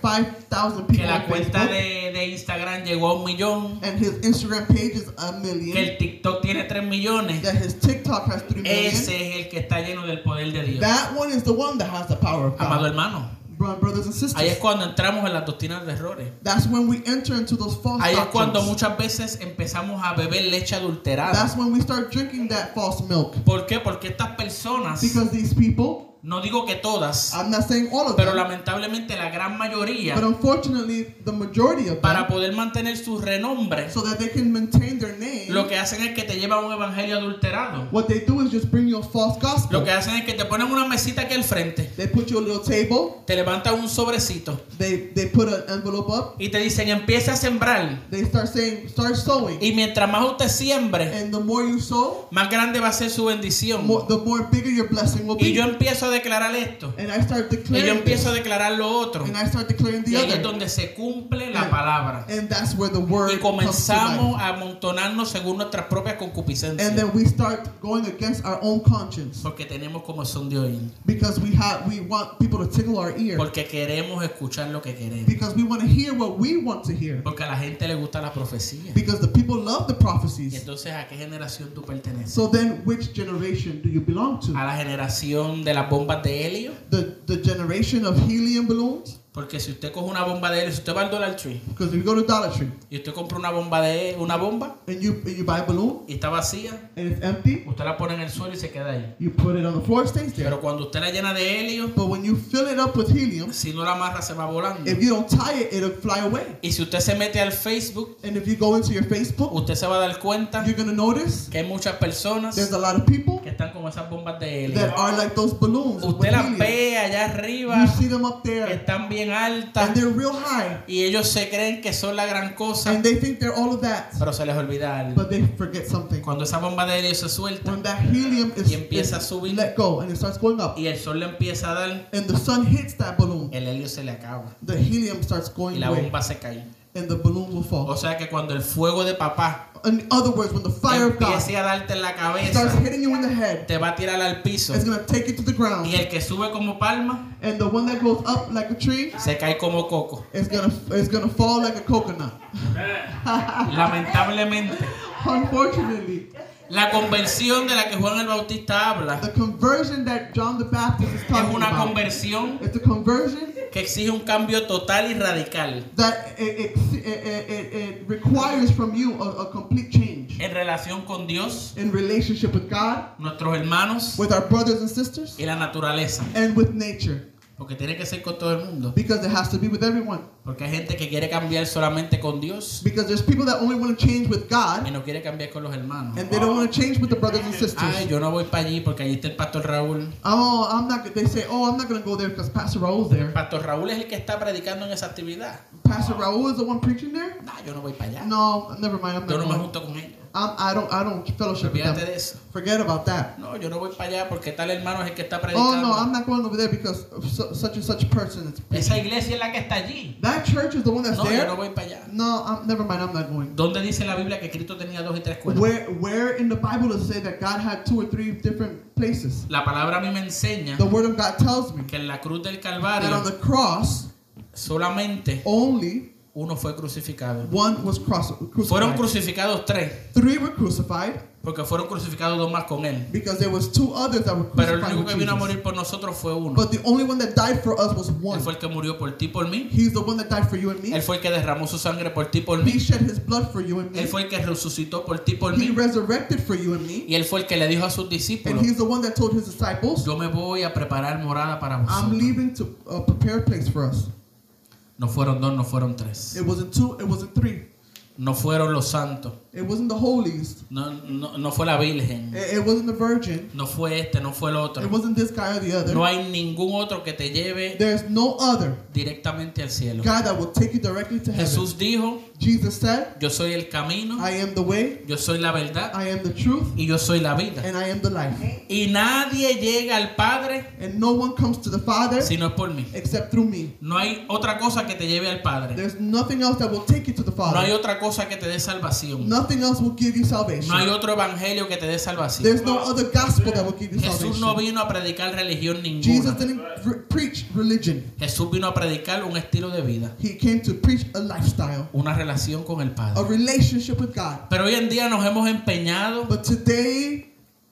Speaker 1: que
Speaker 3: 5,000 people on
Speaker 1: la cuenta
Speaker 3: Facebook
Speaker 1: de, de Instagram llegó a un millón,
Speaker 3: and his Instagram page is a
Speaker 1: que
Speaker 3: million,
Speaker 1: el TikTok tiene tres millones,
Speaker 3: that his TikTok has 3 million.
Speaker 1: ese es el que está lleno del poder de Dios.
Speaker 3: That one is the one that has the power of
Speaker 1: Amado
Speaker 3: God.
Speaker 1: hermano,
Speaker 3: Bro- Brothers and
Speaker 1: ahí es
Speaker 3: sisters,
Speaker 1: cuando entramos en las doctrinas de errores.
Speaker 3: that's when we enter into those false
Speaker 1: Ahí es cuando
Speaker 3: doctrines.
Speaker 1: muchas veces empezamos a beber leche adulterada.
Speaker 3: That's when we start drinking that false milk.
Speaker 1: ¿Por qué? Porque estas personas,
Speaker 3: Because these people,
Speaker 1: no digo que todas,
Speaker 3: I'm not saying all of
Speaker 1: pero
Speaker 3: them,
Speaker 1: lamentablemente la gran mayoría,
Speaker 3: But unfortunately, the majority of
Speaker 1: para
Speaker 3: them,
Speaker 1: poder mantener sus renombres,
Speaker 3: so that they can maintain their name,
Speaker 1: lo que hacen es que te llevan un evangelio adulterado.
Speaker 3: what they do is just bring you a false gospel.
Speaker 1: Lo que hacen es que te ponen una mesita aquí al frente,
Speaker 3: They put you a little table,
Speaker 1: te levantan un sobrecito
Speaker 3: they, they put an envelope up,
Speaker 1: y te dicen empieza a sembrar.
Speaker 3: they start saying, start sowing.
Speaker 1: Y mientras más usted siembre,
Speaker 3: And the more you sow,
Speaker 1: más grande va a ser su bendición.
Speaker 3: more, the more bigger your blessing will
Speaker 1: Y
Speaker 3: be.
Speaker 1: yo empiezo a declarar esto.
Speaker 3: And I start
Speaker 1: Y yo
Speaker 3: declaring
Speaker 1: empiezo a
Speaker 3: this,
Speaker 1: declarar lo otro.
Speaker 3: and I start declaring
Speaker 1: Y
Speaker 3: the
Speaker 1: ahí es
Speaker 3: other.
Speaker 1: donde se cumple la palabra.
Speaker 3: And that's where the word
Speaker 1: Y
Speaker 3: comes to life.
Speaker 1: comenzamos a amontonarnos según nuestras propias concupiscencias.
Speaker 3: And then we start going against our own conscience
Speaker 1: Porque tenemos como son de hoy.
Speaker 3: because we have we want people to tickle our ear
Speaker 1: Porque queremos escuchar lo que queremos.
Speaker 3: because we want to hear what we want to hear.
Speaker 1: Porque a la gente le gusta la profecía.
Speaker 3: Because the people love the
Speaker 1: Y
Speaker 3: prophecies.
Speaker 1: entonces, ¿a qué generación tú perteneces?
Speaker 3: So then, which generation do you belong
Speaker 1: ¿A
Speaker 3: to?
Speaker 1: la generación de las bombas de helio?
Speaker 3: The, the generation of helium balloons?
Speaker 1: Porque si usted coge una bomba de él, si usted va al Dollar Tree
Speaker 3: Because if you go to Dollar Tree
Speaker 1: y usted compra una bomba de una bomba
Speaker 3: and you and you buy a balloon
Speaker 1: y está vacía,
Speaker 3: and it's empty,
Speaker 1: usted la pone en el suelo y se queda ahí.
Speaker 3: you put it on the floor, it stays there.
Speaker 1: Pero cuando usted la llena de helio,
Speaker 3: But when you fill it up with helium,
Speaker 1: si no la amarra se va volando.
Speaker 3: if you don't tie it, it'll fly away.
Speaker 1: Y si usted se mete al Facebook,
Speaker 3: And if you go into your Facebook,
Speaker 1: usted se va a dar cuenta
Speaker 3: you're gonna notice
Speaker 1: que hay muchas personas
Speaker 3: there's a lot of people
Speaker 1: que están con esas bombas de
Speaker 3: that
Speaker 1: helio.
Speaker 3: are like those balloons with
Speaker 1: Usted las
Speaker 3: helium.
Speaker 1: ve allá arriba,
Speaker 3: You see them up
Speaker 1: que
Speaker 3: there,
Speaker 1: están bien
Speaker 3: and
Speaker 1: altas,
Speaker 3: they're real high,
Speaker 1: y ellos se creen que son la gran cosa,
Speaker 3: and they think they're all of that,
Speaker 1: pero se les olvida algo.
Speaker 3: but they forget something.
Speaker 1: Cuando esa bomba de helio se suelta
Speaker 3: When that helium is,
Speaker 1: Y empieza a
Speaker 3: is
Speaker 1: subir.
Speaker 3: let go and it starts going up,
Speaker 1: y el sol le empieza a dar,
Speaker 3: and the sun hits that balloon,
Speaker 1: el helio se le acaba
Speaker 3: the helium starts
Speaker 1: y
Speaker 3: going
Speaker 1: la
Speaker 3: away,
Speaker 1: bomba se cae.
Speaker 3: and the balloon
Speaker 1: O
Speaker 3: will fall.
Speaker 1: sea que cuando el fuego de papá
Speaker 3: In other words, when the fire of God
Speaker 1: empiece a darte en la
Speaker 3: starts
Speaker 1: cabeza,
Speaker 3: hitting you in the head,
Speaker 1: te va a tirar al piso.
Speaker 3: it's gonna take you to the ground.
Speaker 1: Y el que sube como palma,
Speaker 3: And the one that goes up like a tree
Speaker 1: se cae como coco.
Speaker 3: is gonna is gonna fall like a coconut.
Speaker 1: Lamentablemente.
Speaker 3: Unfortunately,
Speaker 1: La conversión de la que Juan el Bautista habla
Speaker 3: the conversion that John the Baptist is
Speaker 1: es
Speaker 3: talking
Speaker 1: una
Speaker 3: about,
Speaker 1: conversión
Speaker 3: it's a conversion
Speaker 1: que exige un cambio total y radical
Speaker 3: that it it, it, it, it requires from you a, a complete change
Speaker 1: en relación con Dios,
Speaker 3: in relationship with God,
Speaker 1: nuestros hermanos
Speaker 3: with our brothers and sisters,
Speaker 1: y la naturaleza.
Speaker 3: and with nature,
Speaker 1: Porque tiene que ser con todo el mundo.
Speaker 3: because it has to be with everyone.
Speaker 1: Porque hay gente que quiere cambiar solamente con Dios
Speaker 3: Because there's people that only want to change with
Speaker 1: y
Speaker 3: God,
Speaker 1: no quiere cambiar con los hermanos.
Speaker 3: and they don't want to change with the brothers and
Speaker 1: Ay,
Speaker 3: sisters.
Speaker 1: yo no voy para allí porque allí está el pastor Raúl.
Speaker 3: Oh, I'm not. They say, oh, I'm not gonna go there because Pastor Raul's
Speaker 1: El
Speaker 3: there.
Speaker 1: pastor Raúl es el que está predicando en esa actividad.
Speaker 3: Pastor Raul is the one preaching there.
Speaker 1: No, yo no voy para allá.
Speaker 3: No, never mind. I'm
Speaker 1: Yo no me
Speaker 3: not. Going.
Speaker 1: junto con ellos.
Speaker 3: I'm, I don't. I don't fellowship with
Speaker 1: Olvídate
Speaker 3: them.
Speaker 1: de eso.
Speaker 3: Forget about that.
Speaker 1: No, yo no voy para allá porque tal hermano es el que está
Speaker 3: Oh no,
Speaker 1: predicando.
Speaker 3: I'm not going over there because of su- such and such person is
Speaker 1: Esa
Speaker 3: preaching.
Speaker 1: iglesia es la que está allí.
Speaker 3: That church is the one that's
Speaker 1: No, yo no
Speaker 3: there.
Speaker 1: voy para allá.
Speaker 3: No, I'm, never mind. I'm not going.
Speaker 1: ¿Dónde dice la Biblia que Cristo tenía dos y tres cuerdas?
Speaker 3: Where Where in the Bible does it say that God had two or three different places?
Speaker 1: La palabra a mí me enseña
Speaker 3: The Word of God tells me
Speaker 1: que en la cruz del
Speaker 3: that on
Speaker 1: Calvario
Speaker 3: the cross
Speaker 1: solamente
Speaker 3: only
Speaker 1: uno fue crucificado.
Speaker 3: one was cross,
Speaker 1: Fueron
Speaker 3: crucified.
Speaker 1: crucificados tres,
Speaker 3: Three were crucified
Speaker 1: porque fueron crucificados dos más con él.
Speaker 3: because there was two others that were
Speaker 1: Pero
Speaker 3: crucified
Speaker 1: el único
Speaker 3: with
Speaker 1: que vino a
Speaker 3: Jesus.
Speaker 1: morir por nosotros fue uno.
Speaker 3: But the only one that died for us was
Speaker 1: Él
Speaker 3: one.
Speaker 1: fue el que murió por ti, por mí.
Speaker 3: He's the one that died for you and me.
Speaker 1: Él fue el que derramó su sangre por ti, por
Speaker 3: He
Speaker 1: mí.
Speaker 3: shed his blood for you and me.
Speaker 1: Él fue el que resucitó por ti, por
Speaker 3: He
Speaker 1: mí.
Speaker 3: resurrected for you and me.
Speaker 1: Y él fue el que le dijo a sus
Speaker 3: And
Speaker 1: discípulos,
Speaker 3: he's the one that told his disciples,
Speaker 1: yo me voy a preparar morada para
Speaker 3: I'm
Speaker 1: vosotros.
Speaker 3: leaving to uh, prepare a place for us.
Speaker 1: No fueron dos, no fueron tres.
Speaker 3: It wasn't two, it wasn't three.
Speaker 1: No fueron los santos.
Speaker 3: It wasn't the holies.
Speaker 1: No, no, no fue la Virgen.
Speaker 3: It, it wasn't the virgin.
Speaker 1: No fue este, no fue el
Speaker 3: It
Speaker 1: otro.
Speaker 3: wasn't this guy or the
Speaker 1: No
Speaker 3: other.
Speaker 1: hay ningún otro que te lleve
Speaker 3: There's no other
Speaker 1: directamente al cielo.
Speaker 3: God that will take you directly to heaven.
Speaker 1: Jesús dijo,
Speaker 3: Jesus said,
Speaker 1: yo soy el camino,
Speaker 3: I am the way,
Speaker 1: yo soy la verdad
Speaker 3: I am the truth,
Speaker 1: y yo soy la vida.
Speaker 3: and I am the life.
Speaker 1: Y nadie llega al Padre
Speaker 3: And no one comes to the Father
Speaker 1: si no es por mí.
Speaker 3: except through me.
Speaker 1: No hay otra cosa que te lleve al Padre.
Speaker 3: There's nothing else that will take you to the
Speaker 1: No hay
Speaker 3: Father.
Speaker 1: otra cosa que te dé salvación.
Speaker 3: Nothing else will give you
Speaker 1: No hay
Speaker 3: salvation.
Speaker 1: otro evangelio que te dé salvación.
Speaker 3: There's no other gospel that will give you
Speaker 1: Jesús no
Speaker 3: salvation.
Speaker 1: vino a predicar religión
Speaker 3: Jesus
Speaker 1: ninguna.
Speaker 3: didn't re- preach religion.
Speaker 1: Jesús vino a predicar un estilo de vida,
Speaker 3: He came to preach a lifestyle,
Speaker 1: una relación con el
Speaker 3: a
Speaker 1: Padre.
Speaker 3: relationship with God.
Speaker 1: Pero hoy en día nos hemos empeñado
Speaker 3: But today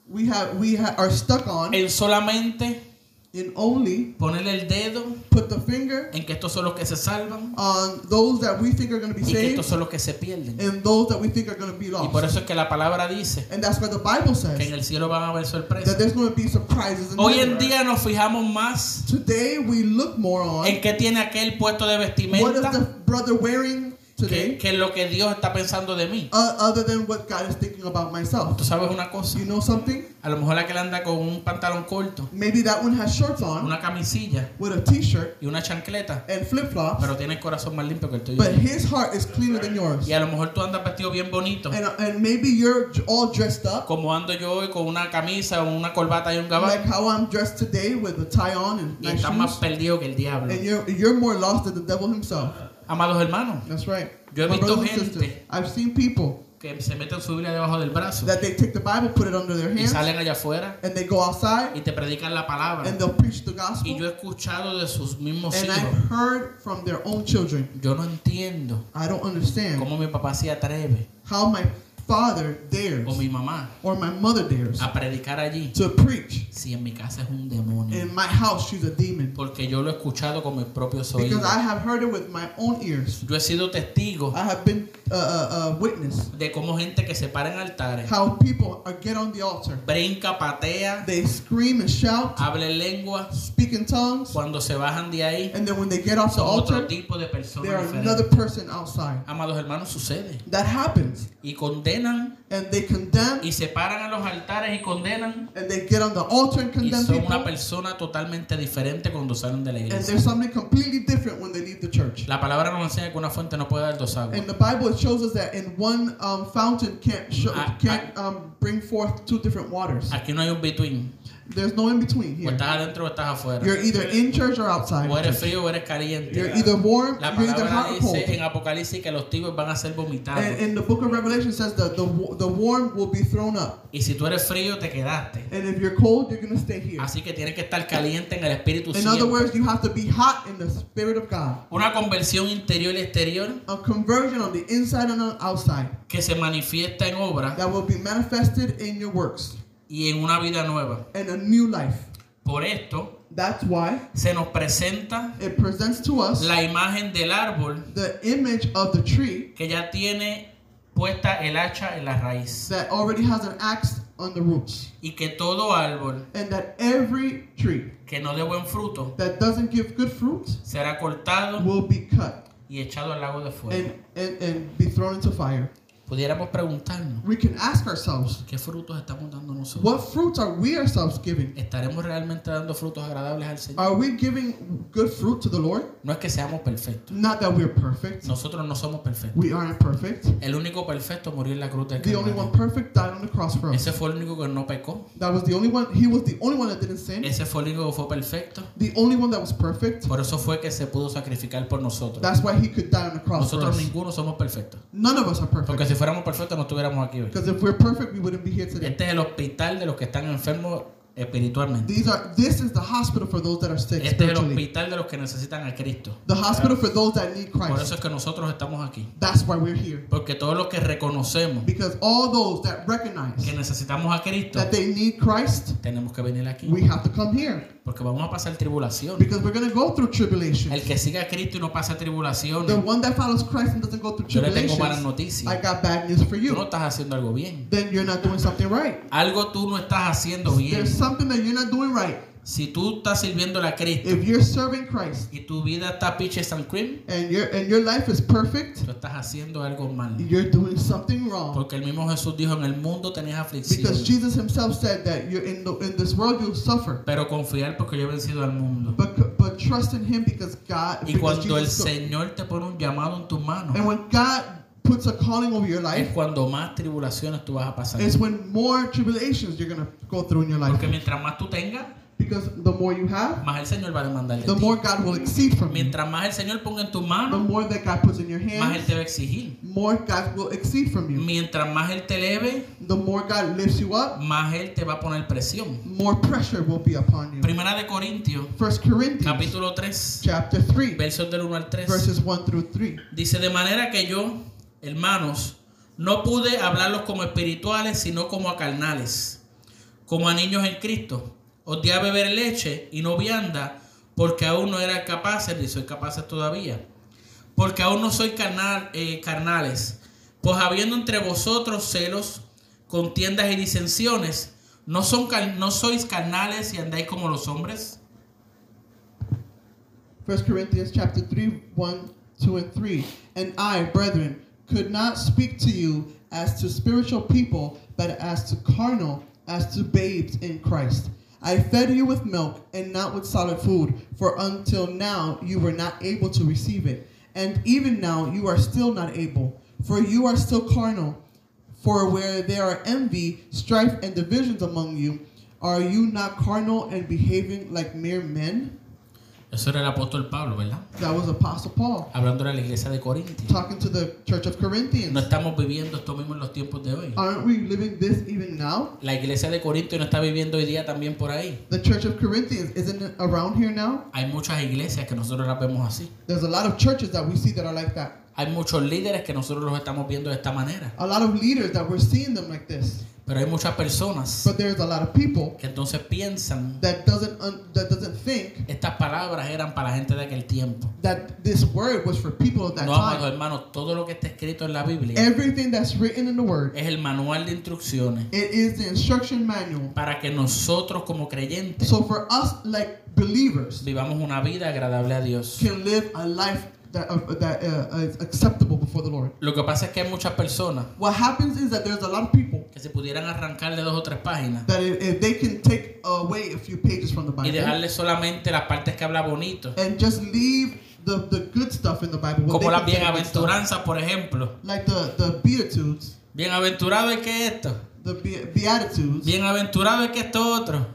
Speaker 3: we have we ha- are stuck on
Speaker 1: en solamente
Speaker 3: in only
Speaker 1: poner el dedo
Speaker 3: put the finger
Speaker 1: en que estos son los que se salvan
Speaker 3: on those that we think are going to be
Speaker 1: y que estos
Speaker 3: saved
Speaker 1: son los que se pierden.
Speaker 3: and those that we think are going to be
Speaker 1: Y por
Speaker 3: lost.
Speaker 1: eso es que la palabra dice
Speaker 3: And that's why the Bible
Speaker 1: que en
Speaker 3: says
Speaker 1: el cielo van a haber sorpresas.
Speaker 3: that there's going to be surprises. In
Speaker 1: Hoy en
Speaker 3: heaven.
Speaker 1: día nos fijamos más
Speaker 3: today we look more on
Speaker 1: en qué tiene aquel puesto de
Speaker 3: what is
Speaker 1: vestimenta
Speaker 3: the brother wearing
Speaker 1: que,
Speaker 3: today,
Speaker 1: que en lo que Dios está pensando de mí.
Speaker 3: uh, other than what God is thinking about myself.
Speaker 1: Tú sabes una cosa.
Speaker 3: You know something?
Speaker 1: A lo mejor aquel anda con un pantalón corto,
Speaker 3: Maybe that one has shorts on
Speaker 1: una camisilla
Speaker 3: with a t-shirt
Speaker 1: y una chancleta,
Speaker 3: and flip-flops,
Speaker 1: pero tiene el corazón más limpio que el tuyo.
Speaker 3: but his heart is cleaner than yours.
Speaker 1: Y a lo mejor tú andas vestido bien bonito,
Speaker 3: And, and maybe you're j- all dressed up,
Speaker 1: como ando yo hoy con una camisa, una corbata y un
Speaker 3: like
Speaker 1: gabán,
Speaker 3: how I'm dressed today with a tie on and
Speaker 1: y
Speaker 3: nice
Speaker 1: estás más
Speaker 3: shoes.
Speaker 1: perdido que el diablo.
Speaker 3: And you're, you're more lost than the devil himself.
Speaker 1: Amados hermanos,
Speaker 3: That's right.
Speaker 1: Yo he
Speaker 3: My
Speaker 1: visto
Speaker 3: brothers and
Speaker 1: gente-
Speaker 3: sisters, I've seen people
Speaker 1: que se meten su Biblia debajo del brazo
Speaker 3: that they take the Bible, put it under their
Speaker 1: y
Speaker 3: hands,
Speaker 1: salen allá afuera
Speaker 3: and they go outside
Speaker 1: y te predican la
Speaker 3: and
Speaker 1: palabra.
Speaker 3: they'll preach the
Speaker 1: Y yo
Speaker 3: gospel.
Speaker 1: he escuchado de sus mismos
Speaker 3: And I've
Speaker 1: hijos.
Speaker 3: heard from their own children.
Speaker 1: Yo no entiendo
Speaker 3: I don't understand
Speaker 1: cómo mi papá se atreve
Speaker 3: how my father dares
Speaker 1: o mi mamá
Speaker 3: or my mother dares
Speaker 1: a predicar allí,
Speaker 3: to preach,
Speaker 1: si en mi casa es un demonio,
Speaker 3: in my house she's a demon.
Speaker 1: porque yo lo he escuchado con mis propios
Speaker 3: Because
Speaker 1: oídos.
Speaker 3: I have heard it with my own ears.
Speaker 1: Yo he sido testigo
Speaker 3: I have been a uh, uh, uh, witness
Speaker 1: de cómo gente que se para en altares,
Speaker 3: how people are, get on the altar.
Speaker 1: brinca, patea,
Speaker 3: They scream and shout,
Speaker 1: habla en lengua,
Speaker 3: speak in tongues,
Speaker 1: cuando se bajan de ahí,
Speaker 3: and then when they get off the
Speaker 1: son otro
Speaker 3: altar,
Speaker 1: tipo de
Speaker 3: they're
Speaker 1: personas
Speaker 3: another
Speaker 1: diferentes.
Speaker 3: person outside.
Speaker 1: Amados hermanos, sucede.
Speaker 3: That happens.
Speaker 1: Y condenan,
Speaker 3: And they condemn,
Speaker 1: y se paran a los altares y condenan,
Speaker 3: and they get on the altar and
Speaker 1: y
Speaker 3: condemn
Speaker 1: son
Speaker 3: people.
Speaker 1: una persona totalmente diferente cuando salen de la
Speaker 3: And
Speaker 1: iglesia.
Speaker 3: there's something completely different when they leave the church.
Speaker 1: La palabra nos enseña que una fuente no puede dar dos aguas.
Speaker 3: And the Bible it shows us that in one um, fountain can't show,
Speaker 1: I-
Speaker 3: can't um, bring forth two different waters.
Speaker 1: Aquí no hay un between.
Speaker 3: There's no in between
Speaker 1: O
Speaker 3: here.
Speaker 1: estás adentro o estás afuera.
Speaker 3: You're either in church or outside.
Speaker 1: O eres
Speaker 3: church.
Speaker 1: frío o eres
Speaker 3: You're
Speaker 1: caliente.
Speaker 3: either warm,
Speaker 1: La
Speaker 3: you're either
Speaker 1: palabra
Speaker 3: hot or
Speaker 1: dice en
Speaker 3: cold.
Speaker 1: Apocalipsis que los tibios van a ser
Speaker 3: And
Speaker 1: vomitados.
Speaker 3: in the book of Revelation says that the, wa- the warm will be thrown up.
Speaker 1: Y si tú eres frío, te quedaste.
Speaker 3: And if you're cold, you're going to stay here.
Speaker 1: Así que tienes que estar caliente en el espíritu
Speaker 3: In other
Speaker 1: siempre.
Speaker 3: words, you have to be hot in the Spirit of God.
Speaker 1: Una conversión interior y exterior
Speaker 3: A conversion on the inside and on the outside
Speaker 1: que se manifiesta en obra
Speaker 3: that will be manifested in your works
Speaker 1: y en una vida nueva.
Speaker 3: and a new life.
Speaker 1: Por esto
Speaker 3: That's why
Speaker 1: se nos presenta
Speaker 3: it presents to us
Speaker 1: la imagen del árbol
Speaker 3: the image of the tree
Speaker 1: que ya tiene puesta el hacha en la raíz.
Speaker 3: that already has an axe on the roots.
Speaker 1: Y que todo árbol
Speaker 3: And that every tree
Speaker 1: que no dé buen fruto
Speaker 3: that doesn't give good fruit
Speaker 1: será cortado
Speaker 3: will be cut
Speaker 1: y echado al lago de fuego.
Speaker 3: and, and, and be thrown into fire.
Speaker 1: Pudiéramos preguntarnos,
Speaker 3: We can ask ourselves,
Speaker 1: ¿qué frutos estamos dando nosotros?
Speaker 3: what fruits are we ourselves giving?
Speaker 1: ¿Estaremos realmente dando frutos agradables al Señor?
Speaker 3: Are we giving good fruit to the Lord?
Speaker 1: No es que seamos perfectos.
Speaker 3: Not that we're perfect.
Speaker 1: Nosotros no somos perfectos.
Speaker 3: We aren't perfect.
Speaker 1: El único perfecto murió en la cruz del
Speaker 3: The only
Speaker 1: Calvario.
Speaker 3: one perfect died on the cross for us.
Speaker 1: Ese fue el único que no pecó.
Speaker 3: That was the only one. He was the only one that didn't sin.
Speaker 1: Ese fue el único que fue perfecto.
Speaker 3: The only one that was perfect.
Speaker 1: Por eso fue que se pudo sacrificar por nosotros.
Speaker 3: That's why he could die on the cross for
Speaker 1: Nosotros
Speaker 3: us.
Speaker 1: ninguno somos perfectos.
Speaker 3: None of us are
Speaker 1: Porque
Speaker 3: perfect.
Speaker 1: si fuéramos perfectos no estuviéramos aquí hoy.
Speaker 3: Because if we're perfect, we wouldn't be here today.
Speaker 1: Este es el hospital de los que están enfermos espiritualmente.
Speaker 3: These are. This is the hospital for those that are sick
Speaker 1: Este es el
Speaker 3: spiritually.
Speaker 1: hospital de los que necesitan a Cristo.
Speaker 3: The hospital for those that need
Speaker 1: Por eso
Speaker 3: Christ.
Speaker 1: es que nosotros estamos aquí.
Speaker 3: That's why we're here.
Speaker 1: Porque todos los que reconocemos
Speaker 3: Because all those that
Speaker 1: que
Speaker 3: recognize
Speaker 1: necesitamos a Cristo,
Speaker 3: that they need Christ,
Speaker 1: tenemos que venir aquí.
Speaker 3: we have to come here.
Speaker 1: Porque vamos a pasar tribulación.
Speaker 3: Because we're going to go through tribulation.
Speaker 1: El que siga a Cristo y no pasa
Speaker 3: The
Speaker 1: tribulación,
Speaker 3: one that follows Christ and doesn't go through
Speaker 1: yo le tengo malas
Speaker 3: tribulation, I
Speaker 1: noticias.
Speaker 3: got bad news for
Speaker 1: Tú no
Speaker 3: you.
Speaker 1: estás haciendo algo bien.
Speaker 3: Then you're not doing something right.
Speaker 1: Algo tú no estás haciendo bien.
Speaker 3: There's something that you're not doing right.
Speaker 1: Si tú estás sirviendo a Cristo
Speaker 3: If you're serving Christ
Speaker 1: y tu vida está piche and cream,
Speaker 3: and your and your life is perfect,
Speaker 1: tú estás haciendo algo mal.
Speaker 3: you're doing something wrong.
Speaker 1: Porque el mismo Jesús dijo, en el mundo tenéis aflicción.
Speaker 3: Because Jesus Himself said that you're in the, in this world you'll suffer,
Speaker 1: Pero confiar porque yo he vencido al mundo.
Speaker 3: but but trust in Him because God.
Speaker 1: Y
Speaker 3: because
Speaker 1: cuando el
Speaker 3: Jesus-
Speaker 1: Señor te pone un llamado en tus manos,
Speaker 3: and when God puts a calling over your
Speaker 1: es
Speaker 3: life,
Speaker 1: cuando más tribulaciones tú vas a pasar.
Speaker 3: it's when more tribulations you're gonna go through in your life.
Speaker 1: Porque mientras más tú tengas,
Speaker 3: Because the more you have,
Speaker 1: más el Señor va a demandar de
Speaker 3: the
Speaker 1: ti.
Speaker 3: more God will exceed from you.
Speaker 1: Mientras más el Señor ponga en tus
Speaker 3: The
Speaker 1: manos,
Speaker 3: more that God puts in your
Speaker 1: más Él
Speaker 3: hands,
Speaker 1: te va a exigir.
Speaker 3: more God will exceed from you.
Speaker 1: Mientras más Él te eleve,
Speaker 3: The more God lifts you up,
Speaker 1: más Él te va a poner presión.
Speaker 3: more pressure will be upon you.
Speaker 1: Primera de Corintios,
Speaker 3: First Corinthians
Speaker 1: capítulo 3,
Speaker 3: chapter 3,
Speaker 1: versos del 1 al 3.
Speaker 3: verses 1 through 3.
Speaker 1: Dice, de manera que yo, hermanos, no pude hablarlos como espirituales, sino como a carnales, como a niños en Cristo. Os di a beber leche y no vianda, porque aún no era capaces, ni soy capaces todavía. Porque aún no soy carnal, eh, carnales. Pues habiendo entre vosotros celos, contiendas y disensiones, ¿no, son, car- ¿no sois carnales y andáis como los hombres?
Speaker 3: First Corinthians chapter 3, 1, 2, and 3. And I, brethren, could not speak to you as to spiritual people, but as to carnal, as to babes in Christ. I fed you with milk and not with solid food, for until now you were not able to receive it. And even now you are still not able, for you are still carnal. For where there are envy, strife, and divisions among you, are you not carnal and behaving like mere men?
Speaker 1: Eso era el apóstol Pablo, ¿verdad?
Speaker 3: That was Apostle Paul
Speaker 1: Hablando de la iglesia de Corintios.
Speaker 3: talking to the church of
Speaker 1: No
Speaker 3: Corinthians.
Speaker 1: estamos viviendo esto mismo en los tiempos de hoy.
Speaker 3: Aren't we living this even now?
Speaker 1: La iglesia de Corinto no está viviendo hoy día también por ahí.
Speaker 3: The church of Corinthians isn't it around here now.
Speaker 1: Hay muchas iglesias que nosotros las vemos así.
Speaker 3: There's a lot of churches that we see that are like that.
Speaker 1: Hay muchos líderes que nosotros los estamos viendo de esta manera,
Speaker 3: A lot of leaders that we're seeing them like this.
Speaker 1: pero hay muchas personas
Speaker 3: But there's a lot of people
Speaker 1: que entonces piensan
Speaker 3: that doesn't un, that doesn't think
Speaker 1: estas palabras eran para la gente de aquel tiempo.
Speaker 3: that this word was for people at that
Speaker 1: No,
Speaker 3: time.
Speaker 1: amados hermanos, todo lo que está escrito en la Biblia
Speaker 3: Everything that's written in the word,
Speaker 1: es el manual de instrucciones
Speaker 3: it is the instruction manual.
Speaker 1: para que nosotros como creyentes
Speaker 3: So for us, like believers,
Speaker 1: vivamos una vida agradable a Dios.
Speaker 3: can live a life that uh, that uh, is acceptable before the Lord.
Speaker 1: Lo que pasa es que hay muchas personas
Speaker 3: What happens is that there's a lot of people
Speaker 1: que si pudieran arrancarle dos o tres páginas
Speaker 3: that if, if they can take away a few pages from the
Speaker 1: y
Speaker 3: Bible
Speaker 1: dejarle solamente las partes que habla bonito,
Speaker 3: and just leave the, the good stuff in the Bible, what they
Speaker 1: como las
Speaker 3: consider good stuff.
Speaker 1: bienaventuranzas, por ejemplo.
Speaker 3: like the the beatitudes,
Speaker 1: Bienaventurado es que esto,
Speaker 3: the Be- beatitudes, Mm,
Speaker 1: bienaventurado es que esto otro.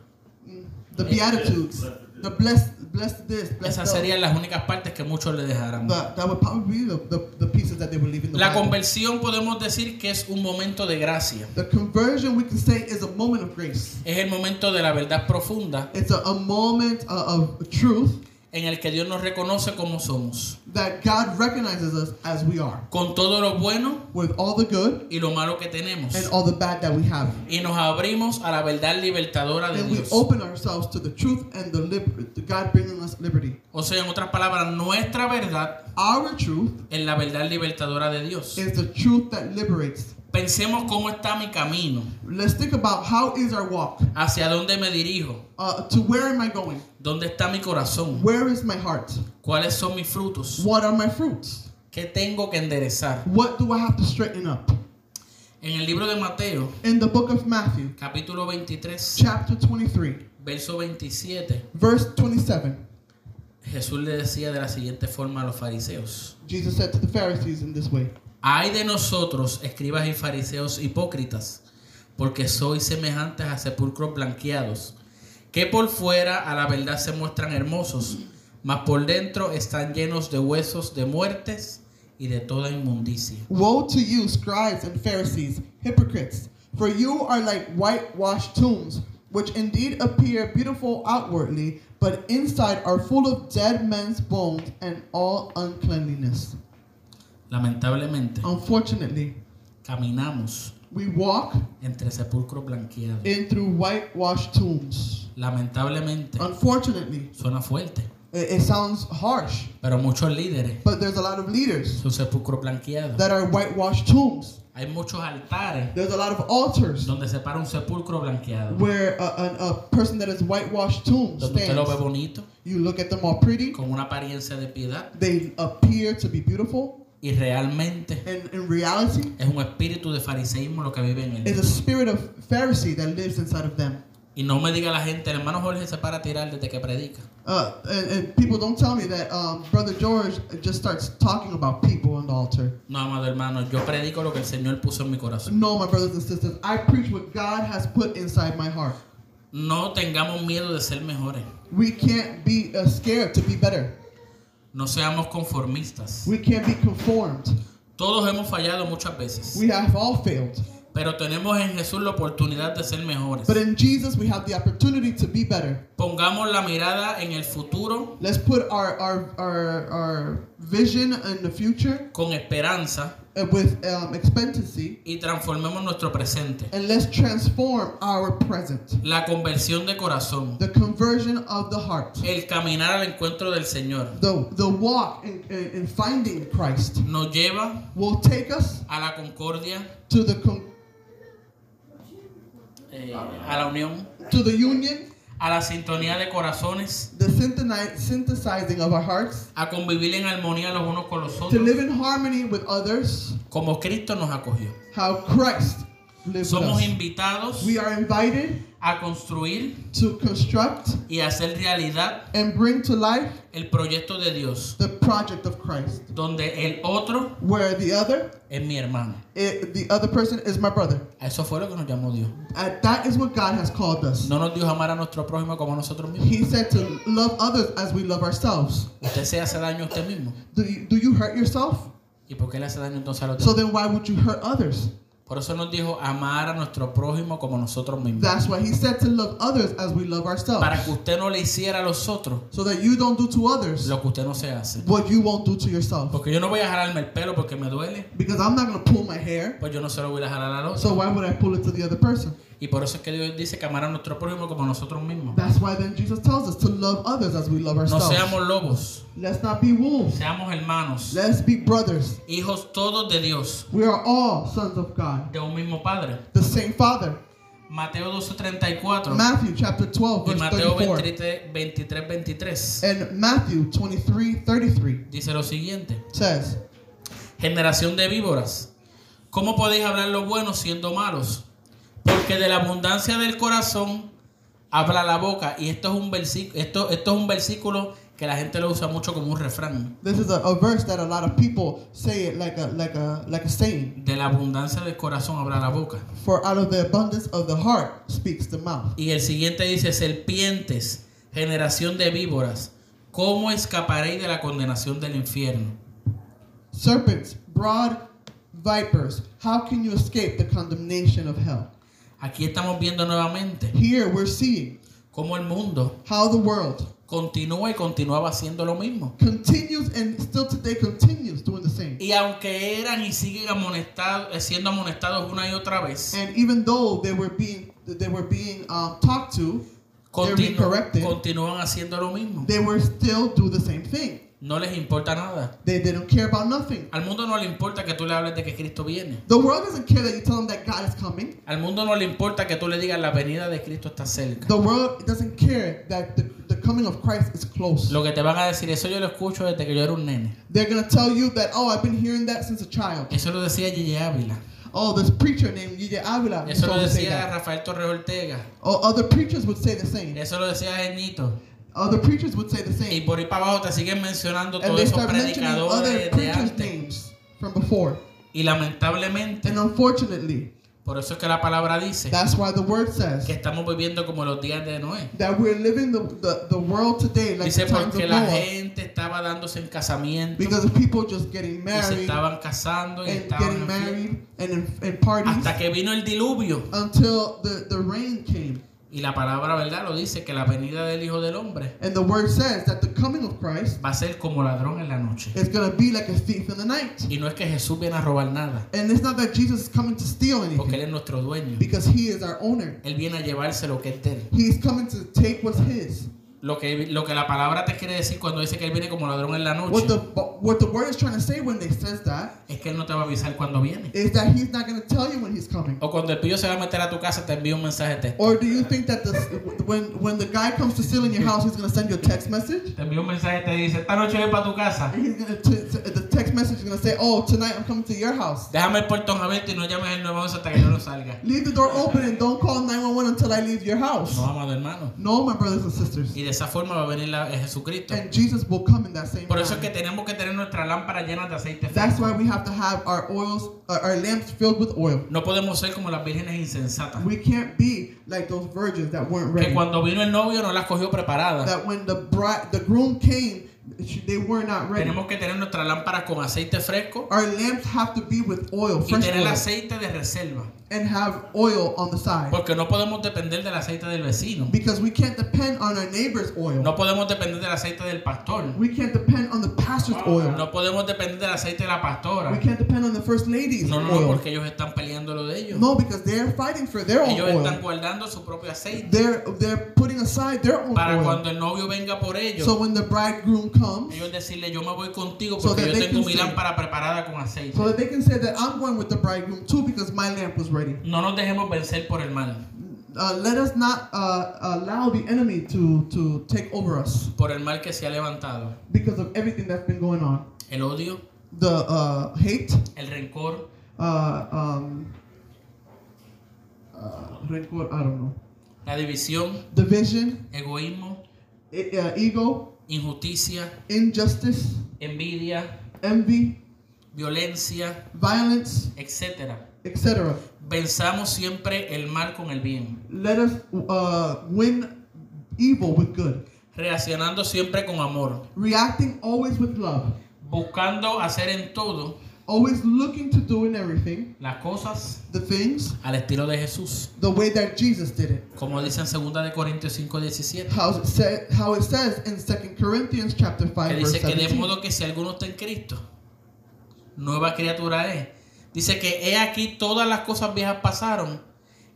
Speaker 3: the beatitudes, the blessed blessed this, blessed
Speaker 1: Esas
Speaker 3: that.
Speaker 1: serían las únicas partes que muchos le dejaran.
Speaker 3: That, that would probably be the, the, the pieces that they would leave in the
Speaker 1: La
Speaker 3: Bible.
Speaker 1: conversión podemos decir que es un momento de gracia.
Speaker 3: The conversion we can say is a moment of grace.
Speaker 1: Es el momento de la verdad profunda
Speaker 3: It's a, a moment uh, of, of truth
Speaker 1: en el que Dios nos reconoce como somos,
Speaker 3: that God recognizes us as we are,
Speaker 1: con todo lo bueno
Speaker 3: with all the good
Speaker 1: y lo malo que tenemos.
Speaker 3: and all the bad that we have.
Speaker 1: Y nos abrimos a la verdad libertadora de
Speaker 3: And we
Speaker 1: Dios.
Speaker 3: open ourselves to the truth and the liber- the God bringing us liberty.
Speaker 1: O sea, en otras palabras, nuestra verdad
Speaker 3: Our truth
Speaker 1: es la verdad libertadora de Dios.
Speaker 3: is the truth that liberates.
Speaker 1: Pensemos cómo está mi camino,
Speaker 3: Let's think about how is our walk.
Speaker 1: hacia dónde me dirijo,
Speaker 3: Uh, to where am I going?
Speaker 1: dónde está mi corazón,
Speaker 3: Where is my heart?
Speaker 1: cuáles son mis frutos,
Speaker 3: What are my fruits?
Speaker 1: qué tengo que enderezar.
Speaker 3: What do I have to straighten up?
Speaker 1: En el libro de Mateo,
Speaker 3: In the book of Matthew,
Speaker 1: capítulo 23,
Speaker 3: chapter 23,
Speaker 1: verso 27,
Speaker 3: verse 27,
Speaker 1: Jesús le decía de la siguiente forma a los fariseos.
Speaker 3: Jesus said to the Pharisees in this way
Speaker 1: Ay de nosotros, escribas y fariseos hipócritas, porque sois semejantes a sepulcros blanqueados, que por fuera a la verdad se muestran hermosos, mas por dentro están llenos de huesos de muertes y de toda inmundicia.
Speaker 3: Woe to you, scribes and Pharisees, hypocrites! For you are like whitewashed tombs, which indeed appear beautiful outwardly, but inside are full of dead men's bones and all uncleanliness.
Speaker 1: Lamentablemente,
Speaker 3: Unfortunately,
Speaker 1: caminamos
Speaker 3: we walk
Speaker 1: entre sepulcros blanqueados.
Speaker 3: in through whitewashed tombs.
Speaker 1: Lamentablemente,
Speaker 3: Unfortunately,
Speaker 1: suena fuerte,
Speaker 3: it, it sounds harsh,
Speaker 1: pero muchos líderes
Speaker 3: but there's a lot of leaders
Speaker 1: son sepulcros blanqueados.
Speaker 3: that are whitewashed tombs.
Speaker 1: Hay muchos altares
Speaker 3: There's a lot of altars
Speaker 1: donde se para un sepulcro blanqueado,
Speaker 3: where a, a, a person that is whitewashed tomb
Speaker 1: donde usted lo ve
Speaker 3: stands.
Speaker 1: bonito.
Speaker 3: You look at them all pretty.
Speaker 1: con una apariencia de piedad
Speaker 3: They appear to be beautiful,
Speaker 1: y realmente
Speaker 3: and in reality,
Speaker 1: es un espíritu de fariseísmo lo que vive en
Speaker 3: it's
Speaker 1: él.
Speaker 3: a spirit of Pharisee that lives inside of them.
Speaker 1: Y no me diga la gente, el hermano Jorge se para a tirar desde que predica.
Speaker 3: Uh, and, and people don't tell me that um, Brother George just starts talking about people on the altar.
Speaker 1: No, amado hermano, yo predico lo que el Señor puso en mi corazón.
Speaker 3: No, my brothers and sisters, I preach what God has put inside my heart.
Speaker 1: No tengamos miedo de ser mejores.
Speaker 3: We can't be uh, scared to be better.
Speaker 1: No seamos conformistas.
Speaker 3: We can't be conformed.
Speaker 1: Todos hemos fallado muchas veces,
Speaker 3: We have all failed.
Speaker 1: pero tenemos en Jesús la oportunidad de ser mejores.
Speaker 3: But in Jesus, we have the opportunity to be better.
Speaker 1: Pongamos la mirada en el futuro
Speaker 3: Let's put our our our, our vision in the future
Speaker 1: con esperanza
Speaker 3: uh, with um, expectancy,
Speaker 1: y transformemos nuestro presente.
Speaker 3: and let's transform our present.
Speaker 1: La conversión de corazón.
Speaker 3: The conversion of the heart,
Speaker 1: El caminar al encuentro del Señor
Speaker 3: the the walk in, in, in finding Christ,
Speaker 1: nos lleva
Speaker 3: will take us
Speaker 1: a la concordia,
Speaker 3: to the con-
Speaker 1: eh, a la unión,
Speaker 3: to the union,
Speaker 1: a la sintonía de corazones,
Speaker 3: the syntheni- synthesizing of our hearts,
Speaker 1: a convivir en armonía los unos con los
Speaker 3: to
Speaker 1: otros,
Speaker 3: live in harmony with others.
Speaker 1: como Cristo nos acogió.
Speaker 3: How Christ lives with
Speaker 1: Somos
Speaker 3: us.
Speaker 1: invitados
Speaker 3: We are invited
Speaker 1: a construir
Speaker 3: to construct
Speaker 1: y hacer realidad
Speaker 3: and bring to life
Speaker 1: el proyecto de Dios,
Speaker 3: the project of Christ,
Speaker 1: donde el otro
Speaker 3: where the other,
Speaker 1: es mi hermano.
Speaker 3: it, the other person is my brother.
Speaker 1: A eso fue lo que nos llamó Dios.
Speaker 3: And that is what God has called us.
Speaker 1: No nos dijo amar a nuestro prójimo como nosotros mismos.
Speaker 3: He said to love others as we love ourselves.
Speaker 1: Usted se hace daño a usted mismo.
Speaker 3: Do you, do you hurt yourself?
Speaker 1: ¿Y por qué le hace daño entonces a los
Speaker 3: So
Speaker 1: demás?
Speaker 3: then why would you hurt others?
Speaker 1: Por eso nos dijo amar a nuestro prójimo como nosotros mismos.
Speaker 3: That's why he said to love others as we love ourselves.
Speaker 1: Para que usted no le hiciera a los otros
Speaker 3: So that you don't do to others
Speaker 1: lo que usted no se hace.
Speaker 3: what you won't do to yourself.
Speaker 1: Porque yo no voy a jalarme el pelo porque me duele,
Speaker 3: Because I'm not going to pull my hair,
Speaker 1: pues yo no se lo voy a jalar al otro.
Speaker 3: so why would I pull it to the other person?
Speaker 1: Y por eso es que Dios dice que amar a nuestro prójimo como nosotros mismos.
Speaker 3: That's why then Jesus tells us to love others as we love
Speaker 1: No
Speaker 3: ourselves.
Speaker 1: seamos lobos,
Speaker 3: Let's not be wolves.
Speaker 1: seamos hermanos,
Speaker 3: Let's be brothers.
Speaker 1: hijos todos de Dios,
Speaker 3: We are all sons of God,
Speaker 1: de un mismo Padre.
Speaker 3: the same Father.
Speaker 1: Mateo 12:34
Speaker 3: Matthew chapter 12,
Speaker 1: y
Speaker 3: verse
Speaker 1: Mateo
Speaker 3: 34.
Speaker 1: 23, 23, 23
Speaker 3: And Matthew 23, 33
Speaker 1: dice lo siguiente.
Speaker 3: says,
Speaker 1: Generación de víboras, ¿cómo podéis hablar lo bueno siendo malos? Porque de la abundancia del corazón habla la boca. Y esto es un versículo, esto, esto es un versículo que la gente lo usa mucho como un refrán.
Speaker 3: This is a, a verse that a lot of people say it like a like a like a saying.
Speaker 1: De la abundancia del corazón habla la boca.
Speaker 3: For out of the abundance of the heart speaks the mouth.
Speaker 1: Y el siguiente dice, serpientes, generación de víboras, ¿cómo escaparéis de la condenación del infierno?
Speaker 3: Serpents, broad vipers, how can you escape the condemnation of hell?
Speaker 1: Aquí estamos viendo nuevamente
Speaker 3: Here we're seeing
Speaker 1: cómo el mundo
Speaker 3: how the world
Speaker 1: continúa y continuaba haciendo lo mismo.
Speaker 3: continues and still today continues doing the same.
Speaker 1: Y aunque eran y siguen amonestados, eh, siendo amonestados una y otra vez,
Speaker 3: And even though they were being they were being um, talked to, they're being
Speaker 1: continu-
Speaker 3: corrected.
Speaker 1: continúan haciendo lo mismo.
Speaker 3: they were still do the same thing.
Speaker 1: No les importa nada.
Speaker 3: They didn't care about nothing.
Speaker 1: Al mundo no le importa que tú le hables de que Cristo viene.
Speaker 3: The world doesn't care that you tell them that God is coming.
Speaker 1: Al mundo no le importa que tú le digas la venida de Cristo está cerca.
Speaker 3: The world doesn't care that the, the coming of Christ is close.
Speaker 1: Lo que te van a decir, eso yo lo escucho desde que yo era un nene.
Speaker 3: They're going to tell you that, oh, I've been hearing that since a child.
Speaker 1: Eso lo decía Gigi Ávila.
Speaker 3: Oh, this preacher named Yeye Avila used
Speaker 1: Eso
Speaker 3: to
Speaker 1: lo
Speaker 3: always say
Speaker 1: decía
Speaker 3: that.
Speaker 1: Rafael Torres Ortega.
Speaker 3: Oh, other preachers would say the same.
Speaker 1: Eso lo decía Genito.
Speaker 3: Other preachers would say the
Speaker 1: Eh. Y
Speaker 3: same.
Speaker 1: por ahí para abajo te siguen mencionando
Speaker 3: And
Speaker 1: todos
Speaker 3: they
Speaker 1: esos
Speaker 3: start mentioning other
Speaker 1: predicadores de
Speaker 3: preachers'
Speaker 1: arte.
Speaker 3: names from before.
Speaker 1: Y lamentablemente,
Speaker 3: And unfortunately,
Speaker 1: por eso es que la palabra dice
Speaker 3: that's why the word says
Speaker 1: que estamos viviendo como los días de Noé.
Speaker 3: that we're living the, the, the world today like
Speaker 1: Dice
Speaker 3: the times
Speaker 1: porque
Speaker 3: of
Speaker 1: la
Speaker 3: Noah.
Speaker 1: gente estaba dándose en casamiento
Speaker 3: Because of people just
Speaker 1: y
Speaker 3: getting
Speaker 1: se
Speaker 3: married
Speaker 1: estaban casando y
Speaker 3: and
Speaker 1: estaban
Speaker 3: getting
Speaker 1: en fiesta.
Speaker 3: married and in, and parties
Speaker 1: hasta que vino el diluvio.
Speaker 3: until the, the rain came.
Speaker 1: Y la palabra, ¿verdad? Lo dice que la venida del Hijo del Hombre
Speaker 3: And the word says that the coming of Christ
Speaker 1: va a ser como ladrón en la noche.
Speaker 3: is going to be like a thief in the night.
Speaker 1: Y no es que Jesús viene a robar nada,
Speaker 3: And it's not that Jesus is coming to steal
Speaker 1: porque
Speaker 3: anything
Speaker 1: Él es nuestro dueño.
Speaker 3: because he is our owner.
Speaker 1: Él viene a llevarse lo que es de Él.
Speaker 3: He's coming to take what's his.
Speaker 1: Lo que, lo que la palabra te quiere decir cuando dice que Él viene como ladrón en la noche
Speaker 3: What the what the word is trying to say when they says that
Speaker 1: es que Él no te va a avisar cuando viene.
Speaker 3: is that he's not going to tell you when he's coming.
Speaker 1: O cuando el pillo se va a meter a tu casa, te envía un mensaje de texto.
Speaker 3: Or do you think that the, when when the guy comes to steal in your house, he's going to send you a text message?
Speaker 1: Te envía un mensaje y te dice, esta noche voy para tu casa.
Speaker 3: And he's going to the text message is going to say, "Oh, tonight I'm coming to your house.
Speaker 1: Déjame el portón abierto y no llames al 911 hasta que yo no salga.
Speaker 3: Leave the door open and don't call 911 until I leave your house."
Speaker 1: No, amado hermano.
Speaker 3: No, my brothers and sisters.
Speaker 1: Y de esa forma va a venir la- es Jesucristo.
Speaker 3: And Jesus will come in that same
Speaker 1: Por eso es
Speaker 3: time.
Speaker 1: que tenemos que tener nuestra lámpara llena de aceite.
Speaker 3: That's
Speaker 1: fresco.
Speaker 3: why we have to have our oils, uh, our lamps filled with oil.
Speaker 1: No podemos ser como las vírgenes insensatas.
Speaker 3: We can't be like those virgins that weren't
Speaker 1: Que
Speaker 3: ready.
Speaker 1: cuando vino el novio no las cogió preparadas.
Speaker 3: That when the bride, the groom came, she- they were not ready.
Speaker 1: Tenemos que tener nuestra lámpara con aceite fresco
Speaker 3: Our lamps have to be with oil,
Speaker 1: y
Speaker 3: fresh
Speaker 1: tener
Speaker 3: oil,
Speaker 1: aceite de reserva.
Speaker 3: and have oil on the side.
Speaker 1: Porque no podemos depender del aceite del vecino.
Speaker 3: Because we can't depend on our neighbor's oil.
Speaker 1: No podemos depender del aceite del pastor.
Speaker 3: We can't depend on the pastor's oil.
Speaker 1: No podemos depender del aceite de la pastora.
Speaker 3: We can't depend on the first lady's
Speaker 1: No, no, no,
Speaker 3: oil.
Speaker 1: porque ellos están peleando lo de ellos.
Speaker 3: No, because they're fighting for their own
Speaker 1: Ellos están
Speaker 3: oil.
Speaker 1: guardando su propio aceite
Speaker 3: They're they're putting aside their own
Speaker 1: para
Speaker 3: oil.
Speaker 1: cuando el novio venga por ellos.
Speaker 3: So when the bridegroom comes,
Speaker 1: ellos decirle, yo me voy contigo
Speaker 3: So
Speaker 1: porque
Speaker 3: that
Speaker 1: yo
Speaker 3: they
Speaker 1: tengo
Speaker 3: can
Speaker 1: mi
Speaker 3: see.
Speaker 1: lámpara preparada con aceite.
Speaker 3: so that they can say that I'm going with the bridegroom too because my lamp was ready.
Speaker 1: No nos dejemos vencer por el mal,
Speaker 3: Uh, let us not uh, allow the enemy to, to take over us
Speaker 1: por el mal que se ha levantado.
Speaker 3: because of everything that's been going on.
Speaker 1: El odio,
Speaker 3: The uh, hate,
Speaker 1: el rencor,
Speaker 3: uh, um, uh, rencor, I don't know,
Speaker 1: la división,
Speaker 3: division,
Speaker 1: egoísmo,
Speaker 3: i- uh, ego,
Speaker 1: injusticia,
Speaker 3: injustice,
Speaker 1: envidia,
Speaker 3: envy,
Speaker 1: violencia,
Speaker 3: violence,
Speaker 1: etcétera.
Speaker 3: etc.
Speaker 1: Venzamos siempre el mal con el bien,
Speaker 3: Let us uh, win evil with good,
Speaker 1: reaccionando siempre con amor,
Speaker 3: reacting always with love,
Speaker 1: buscando hacer en todo
Speaker 3: always looking to do in everything
Speaker 1: las cosas
Speaker 3: the things
Speaker 1: al estilo de Jesús.
Speaker 3: the way that Jesus did it.
Speaker 1: Como dice en 2 de Corintios 5, 17.
Speaker 3: How it, said, how it says in 2 Corinthians chapter
Speaker 1: Que
Speaker 3: 5 verse
Speaker 1: dice que de
Speaker 3: 17.
Speaker 1: modo que si alguno está en Cristo, nueva criatura es. Dice que he aquí todas las cosas viejas pasaron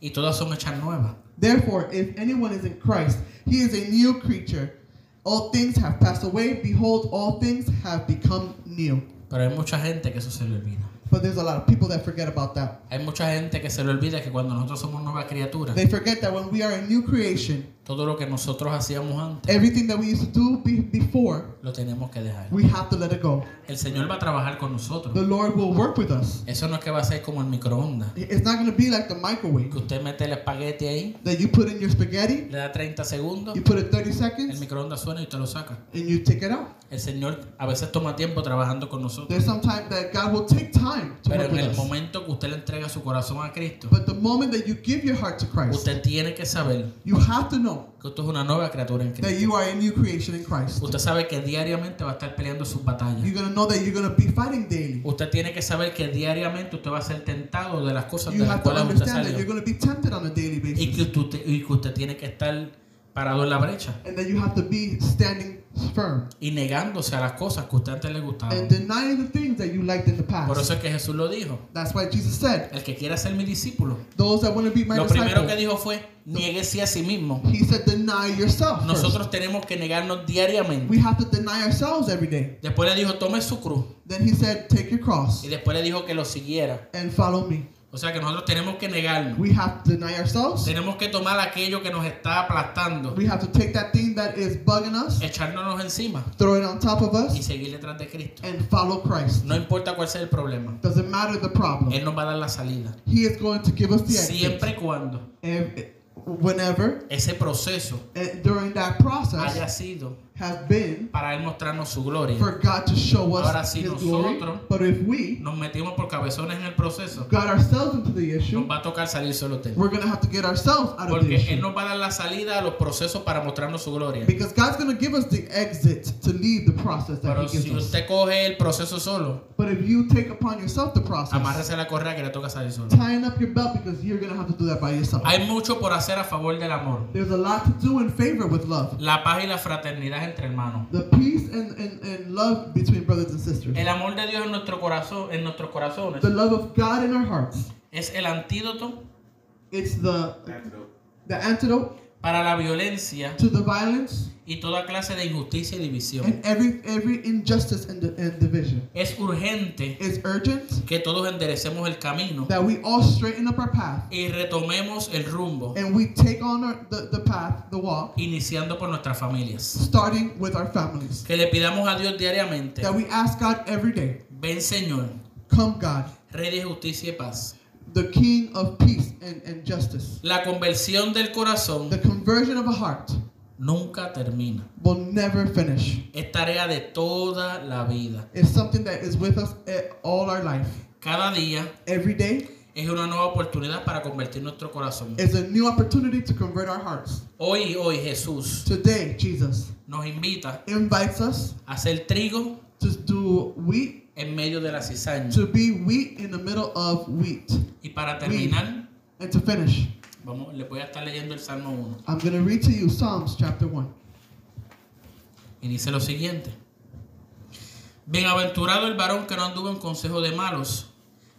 Speaker 1: y todas son hechas nuevas.
Speaker 3: Therefore, if anyone is in Christ, he is a new creature. All things have passed away. Behold, all things have become new.
Speaker 1: Pero hay mucha gente que eso se le olvida.
Speaker 3: But there's a lot of people that forget about that.
Speaker 1: Hay mucha gente que se le olvida que cuando nosotros somos nueva criatura,
Speaker 3: They forget that when we are a new creation,
Speaker 1: todo lo que nosotros hacíamos antes
Speaker 3: everything that we used to do be- before,
Speaker 1: lo tenemos que dejar.
Speaker 3: we have to let it go.
Speaker 1: El Señor va a trabajar con
Speaker 3: The
Speaker 1: nosotros.
Speaker 3: Lord will work with us.
Speaker 1: Eso no es que va a ser como el microondas.
Speaker 3: It's not going to be like the microwave
Speaker 1: Que usted mete el espagueti ahí,
Speaker 3: that you put in your spaghetti,
Speaker 1: le da 30 segundos,
Speaker 3: you put it 30
Speaker 1: el
Speaker 3: seconds,
Speaker 1: microondas suena y usted lo saca.
Speaker 3: and you take it out.
Speaker 1: El Señor a veces toma tiempo trabajando con nosotros.
Speaker 3: There's some time that God will take time to
Speaker 1: Pero
Speaker 3: work
Speaker 1: en
Speaker 3: with
Speaker 1: el
Speaker 3: us.
Speaker 1: momento que usted le entrega su corazón a Cristo,
Speaker 3: But the moment that you give your heart to Christ,
Speaker 1: usted tiene que saber
Speaker 3: you have to know
Speaker 1: que usted es una nueva criatura en
Speaker 3: that
Speaker 1: Cristo.
Speaker 3: you are a new creation in Christ.
Speaker 1: Usted sabe que diariamente va a estar peleando sus batallas.
Speaker 3: You're gonna know that you're gonna be fighting daily.
Speaker 1: Usted tiene que saber que diariamente usted va a ser tentado de las cosas
Speaker 3: You
Speaker 1: de las
Speaker 3: have to
Speaker 1: cuales usted
Speaker 3: understand that you're
Speaker 1: salió.
Speaker 3: gonna be tempted on a daily
Speaker 1: Y que
Speaker 3: basis,
Speaker 1: usted, y que usted tiene que estar parado en la brecha
Speaker 3: and that you have to be standing firm
Speaker 1: y negándose a las cosas que a usted antes le gustaban.
Speaker 3: and denying the things that you liked in the
Speaker 1: Por eso
Speaker 3: past.
Speaker 1: es que Jesús lo dijo.
Speaker 3: That's why Jesus said,
Speaker 1: El que quiera ser mi discípulo,
Speaker 3: "Those that want to be my
Speaker 1: lo primero que
Speaker 3: disciples,"
Speaker 1: dijo fue, nieguese a sí mismo.
Speaker 3: he said, "Deny yourself." First.
Speaker 1: Nosotros tenemos que negarnos diariamente.
Speaker 3: We have to deny ourselves every day.
Speaker 1: Después le dijo, tome su cruz.
Speaker 3: Then he said, "Take your cross
Speaker 1: Y después le dijo que lo siguiera.
Speaker 3: and follow me."
Speaker 1: O sea que nosotros tenemos que negarnos.
Speaker 3: We have to deny ourselves.
Speaker 1: Tenemos que tomar aquello que nos está aplastando,
Speaker 3: We have to take that thing that is bugging us,
Speaker 1: echárnoslo encima
Speaker 3: throw it on top of
Speaker 1: y
Speaker 3: us,
Speaker 1: seguir detrás de Cristo.
Speaker 3: and follow Christ.
Speaker 1: No importa cuál sea el problema,
Speaker 3: Doesn't matter the problem.
Speaker 1: Él nos va a dar la salida.
Speaker 3: He is going to give us the exit
Speaker 1: Siempre y cuando
Speaker 3: and whenever
Speaker 1: ese proceso
Speaker 3: and during that process
Speaker 1: haya sido
Speaker 3: has been
Speaker 1: para Él mostrarnos su gloria.
Speaker 3: for God to show us
Speaker 1: Ahora sí
Speaker 3: His glory.
Speaker 1: nosotros-
Speaker 3: But if we
Speaker 1: Nos metimos por cabezones en el proceso.
Speaker 3: got ourselves into the issue,
Speaker 1: Nos va a tocar salir solo
Speaker 3: we're gonna have to get ourselves out of the
Speaker 1: Porque Él
Speaker 3: issue
Speaker 1: nos va a dar la salida a los procesos para mostrarnos su gloria.
Speaker 3: because God's gonna give us the exit to leave the process that
Speaker 1: Pero
Speaker 3: He gives
Speaker 1: si
Speaker 3: us.
Speaker 1: usted coge el proceso solo,
Speaker 3: But if you take upon yourself the process,
Speaker 1: amárrese la correa que le toca salir solo.
Speaker 3: tying up your belt because you're gonna have to do that by yourself.
Speaker 1: Hay mucho por hacer a favor del amor.
Speaker 3: There's a lot to do in favor with love,
Speaker 1: La paz y la fraternidad entre hermanos.
Speaker 3: the peace and, and, and love between brothers and sisters,
Speaker 1: El amor de Dios en nuestro corazón, en nuestros corazones,
Speaker 3: the love of God in our hearts.
Speaker 1: es el antídoto
Speaker 3: It's the the antidote
Speaker 1: para la violencia
Speaker 3: to the violence
Speaker 1: y toda clase de injusticia y división.
Speaker 3: and every every injustice and, di- and division.
Speaker 1: Es urgente
Speaker 3: It's urgent
Speaker 1: que todos enderecemos el camino
Speaker 3: that we all straighten up our path
Speaker 1: y retomemos el rumbo,
Speaker 3: and we take on our, the, the path, the walk,
Speaker 1: iniciando por nuestras familias.
Speaker 3: starting with our families.
Speaker 1: Que le pidamos a Dios diariamente,
Speaker 3: That we ask God every day,
Speaker 1: ven Señor,
Speaker 3: come God,
Speaker 1: Rey de justicia y paz.
Speaker 3: the King of peace and, and justice.
Speaker 1: La conversión del corazón
Speaker 3: The conversion of a heart
Speaker 1: nunca termina.
Speaker 3: will never finish.
Speaker 1: Es tarea de toda la vida.
Speaker 3: It's something that is with us eh, all our life.
Speaker 1: Cada día
Speaker 3: Every day
Speaker 1: es una nueva oportunidad para convertir nuestro corazón.
Speaker 3: is a new opportunity to convert our hearts.
Speaker 1: Hoy, hoy Jesús
Speaker 3: Today, Jesus
Speaker 1: nos invita
Speaker 3: invites us
Speaker 1: a hacer trigo
Speaker 3: to do wheat,
Speaker 1: en medio de la cizaña.
Speaker 3: to be wheat in the middle of wheat.
Speaker 1: Y para terminar,
Speaker 3: And to finish,
Speaker 1: vamos, le voy a estar leyendo el Salmo 1.
Speaker 3: I'm going to read to you Psalms chapter 1.
Speaker 1: Y dice lo siguiente. Bienaventurado el varón que no anduvo en consejo de malos,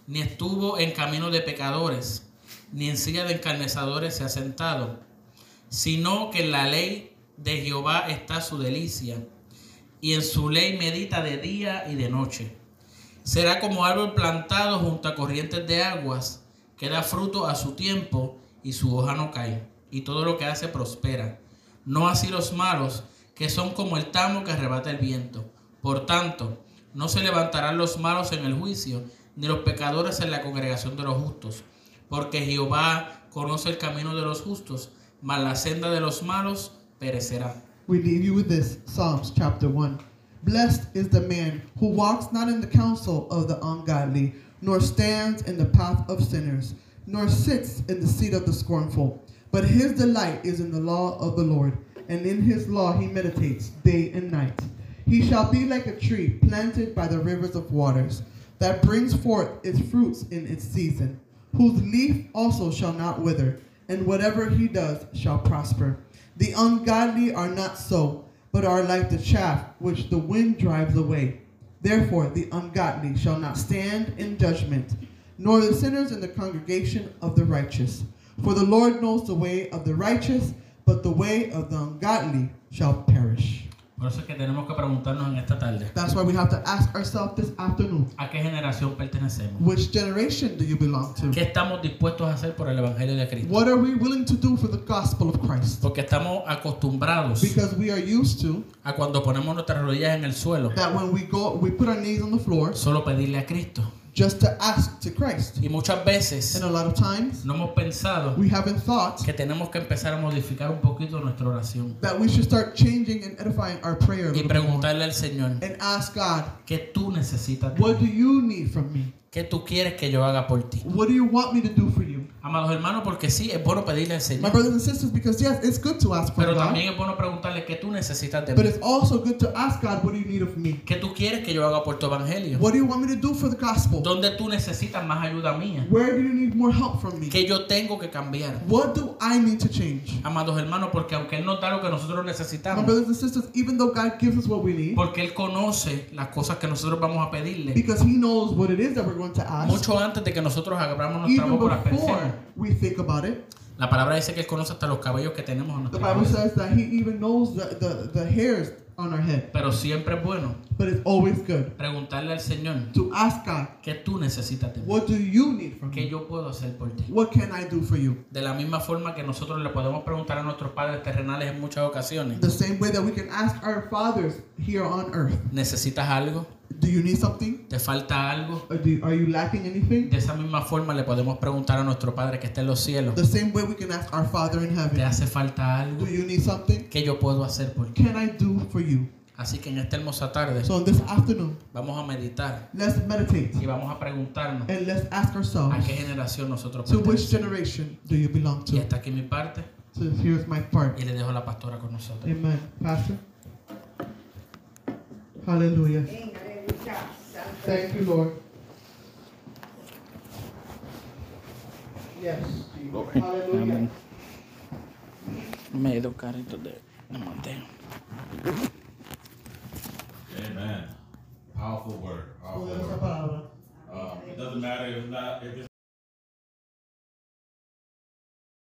Speaker 1: ni estuvo en camino de pecadores, ni en silla de encarnezadores se ha sentado, sino que en la ley de Jehová está su delicia, y en su ley medita de día y de noche. Será como árbol plantado junto a corrientes de aguas, que da fruto a su tiempo y su hoja no cae, y todo lo que hace prospera. No así los malos, que son como el tamo que arrebata el viento. Por tanto, no se levantarán los malos en el juicio, ni los pecadores en la congregación de los justos. Porque Jehová conoce el camino de los justos, mas la senda de los malos perecerá.
Speaker 3: We leave you with this Psalms chapter 1. Blessed is the man who walks not in the counsel of the ungodly, nor stands in the path of sinners, nor sits in the seat of the scornful. But his delight is in the law of the Lord, and in his law he meditates day and night. He shall be like a tree planted by the rivers of waters that brings forth its fruits in its season, whose leaf also shall not wither, and whatever he does shall prosper. The ungodly are not so, but are like the chaff which the wind drives away. Therefore, the ungodly shall not stand in judgment, nor the sinners in the congregation of the righteous. For the Lord knows the way of the righteous, but the way of the ungodly shall perish.
Speaker 1: Por eso es que tenemos que preguntarnos en esta tarde,
Speaker 3: That's why we have to ask ourselves this afternoon
Speaker 1: ¿a qué generación pertenecemos?
Speaker 3: which generation do you belong to?
Speaker 1: ¿Qué estamos dispuestos a hacer por el Evangelio de Cristo?
Speaker 3: What are we willing to do for the gospel of Christ?
Speaker 1: Porque estamos acostumbrados
Speaker 3: Because we are used to
Speaker 1: a cuando ponemos nuestras rodillas en el suelo,
Speaker 3: that when we go, we put our knees on the floor
Speaker 1: solo pedirle a Cristo.
Speaker 3: just to ask to Christ.
Speaker 1: Y muchas veces
Speaker 3: And a lot of times,
Speaker 1: no hemos pensado
Speaker 3: we haven't thought
Speaker 1: que tenemos que empezar a modificar un poquito nuestra oración
Speaker 3: that we should start changing and edifying our prayer a
Speaker 1: y
Speaker 3: little bit more
Speaker 1: preguntarle al Señor,
Speaker 3: and ask God,
Speaker 1: ¿qué tú necesitas? de mí?
Speaker 3: what do you need from me?
Speaker 1: ¿Qué tú quieres que yo haga por ti?
Speaker 3: What do you want me to do for you?
Speaker 1: Amados hermanos, porque sí, es bueno pedirle al
Speaker 3: My
Speaker 1: Señor,
Speaker 3: brothers and sisters, because yes, it's good to ask for
Speaker 1: pero
Speaker 3: God,
Speaker 1: también es bueno preguntarle qué tú necesitas de
Speaker 3: but
Speaker 1: mí.
Speaker 3: it's also good to ask God, what do you need of me?
Speaker 1: ¿Qué tú quieres que yo haga por tu evangelio?
Speaker 3: What do you want me to do for the gospel?
Speaker 1: ¿Dónde tú necesitas más ayuda mía?
Speaker 3: Where do you need more help from me?
Speaker 1: ¿Qué yo tengo que cambiar?
Speaker 3: What do I need to change?
Speaker 1: Amados hermanos, porque aunque Él nos da lo que nosotros
Speaker 3: My
Speaker 1: necesitamos,
Speaker 3: brothers and sisters, even though God gives us what we need,
Speaker 1: porque Él conoce las cosas que nosotros vamos a pedirle,
Speaker 3: because He knows what it is that we're going to ask,
Speaker 1: mucho antes de que nosotros abramos nuestra
Speaker 3: even
Speaker 1: boca para
Speaker 3: before
Speaker 1: pensar.
Speaker 3: we think about it,
Speaker 1: La palabra dice que Él conoce hasta los cabellos que tenemos en
Speaker 3: the
Speaker 1: nuestra
Speaker 3: Bible
Speaker 1: cabeza.
Speaker 3: says that He even knows the, the, the hairs on our head.
Speaker 1: Pero siempre es bueno
Speaker 3: But it's always good
Speaker 1: preguntarle al Señor,
Speaker 3: to ask God,
Speaker 1: ¿qué tú necesitas de mí?
Speaker 3: what do you need from
Speaker 1: ¿Qué
Speaker 3: me?
Speaker 1: yo puedo hacer por ti?
Speaker 3: What can I do for you?
Speaker 1: De la misma forma que nosotros le podemos preguntar a nuestros padres terrenales en muchas ocasiones,
Speaker 3: The same way that we can ask our fathers here on earth,
Speaker 1: ¿necesitas algo?
Speaker 3: do you need something?
Speaker 1: ¿Te falta algo?
Speaker 3: Or do you- are you lacking anything?
Speaker 1: De esa misma forma le podemos preguntar a nuestro Padre que está en los cielos,
Speaker 3: The same way we can ask our Father in
Speaker 1: ¿te
Speaker 3: heaven,
Speaker 1: hace falta algo?
Speaker 3: do you need something?
Speaker 1: ¿Qué yo puedo hacer por ti?
Speaker 3: Can I do for you?
Speaker 1: Así que en esta hermosa tarde
Speaker 3: So this afternoon,
Speaker 1: vamos a meditar
Speaker 3: let's meditate
Speaker 1: y vamos a preguntarnos
Speaker 3: and let's ask
Speaker 1: a
Speaker 3: ourselves
Speaker 1: qué generación nosotros
Speaker 3: to which
Speaker 1: pertenecemos.
Speaker 3: generation do you belong
Speaker 1: Y
Speaker 3: to?
Speaker 1: hasta aquí mi parte
Speaker 3: So here's my part.
Speaker 1: y le dejo a la pastora con nosotros.
Speaker 3: Amen. Pastor? Hallelujah.
Speaker 2: Venga, aleluya, santo
Speaker 3: Thank you, Lord. Yes, Jesus. Hallelujah.
Speaker 1: Me dos carritos de, Mateo.
Speaker 4: Amen. Powerful word. Powerful
Speaker 3: Con esa
Speaker 4: word.
Speaker 3: palabra.
Speaker 4: Um, it doesn't matter if not if it's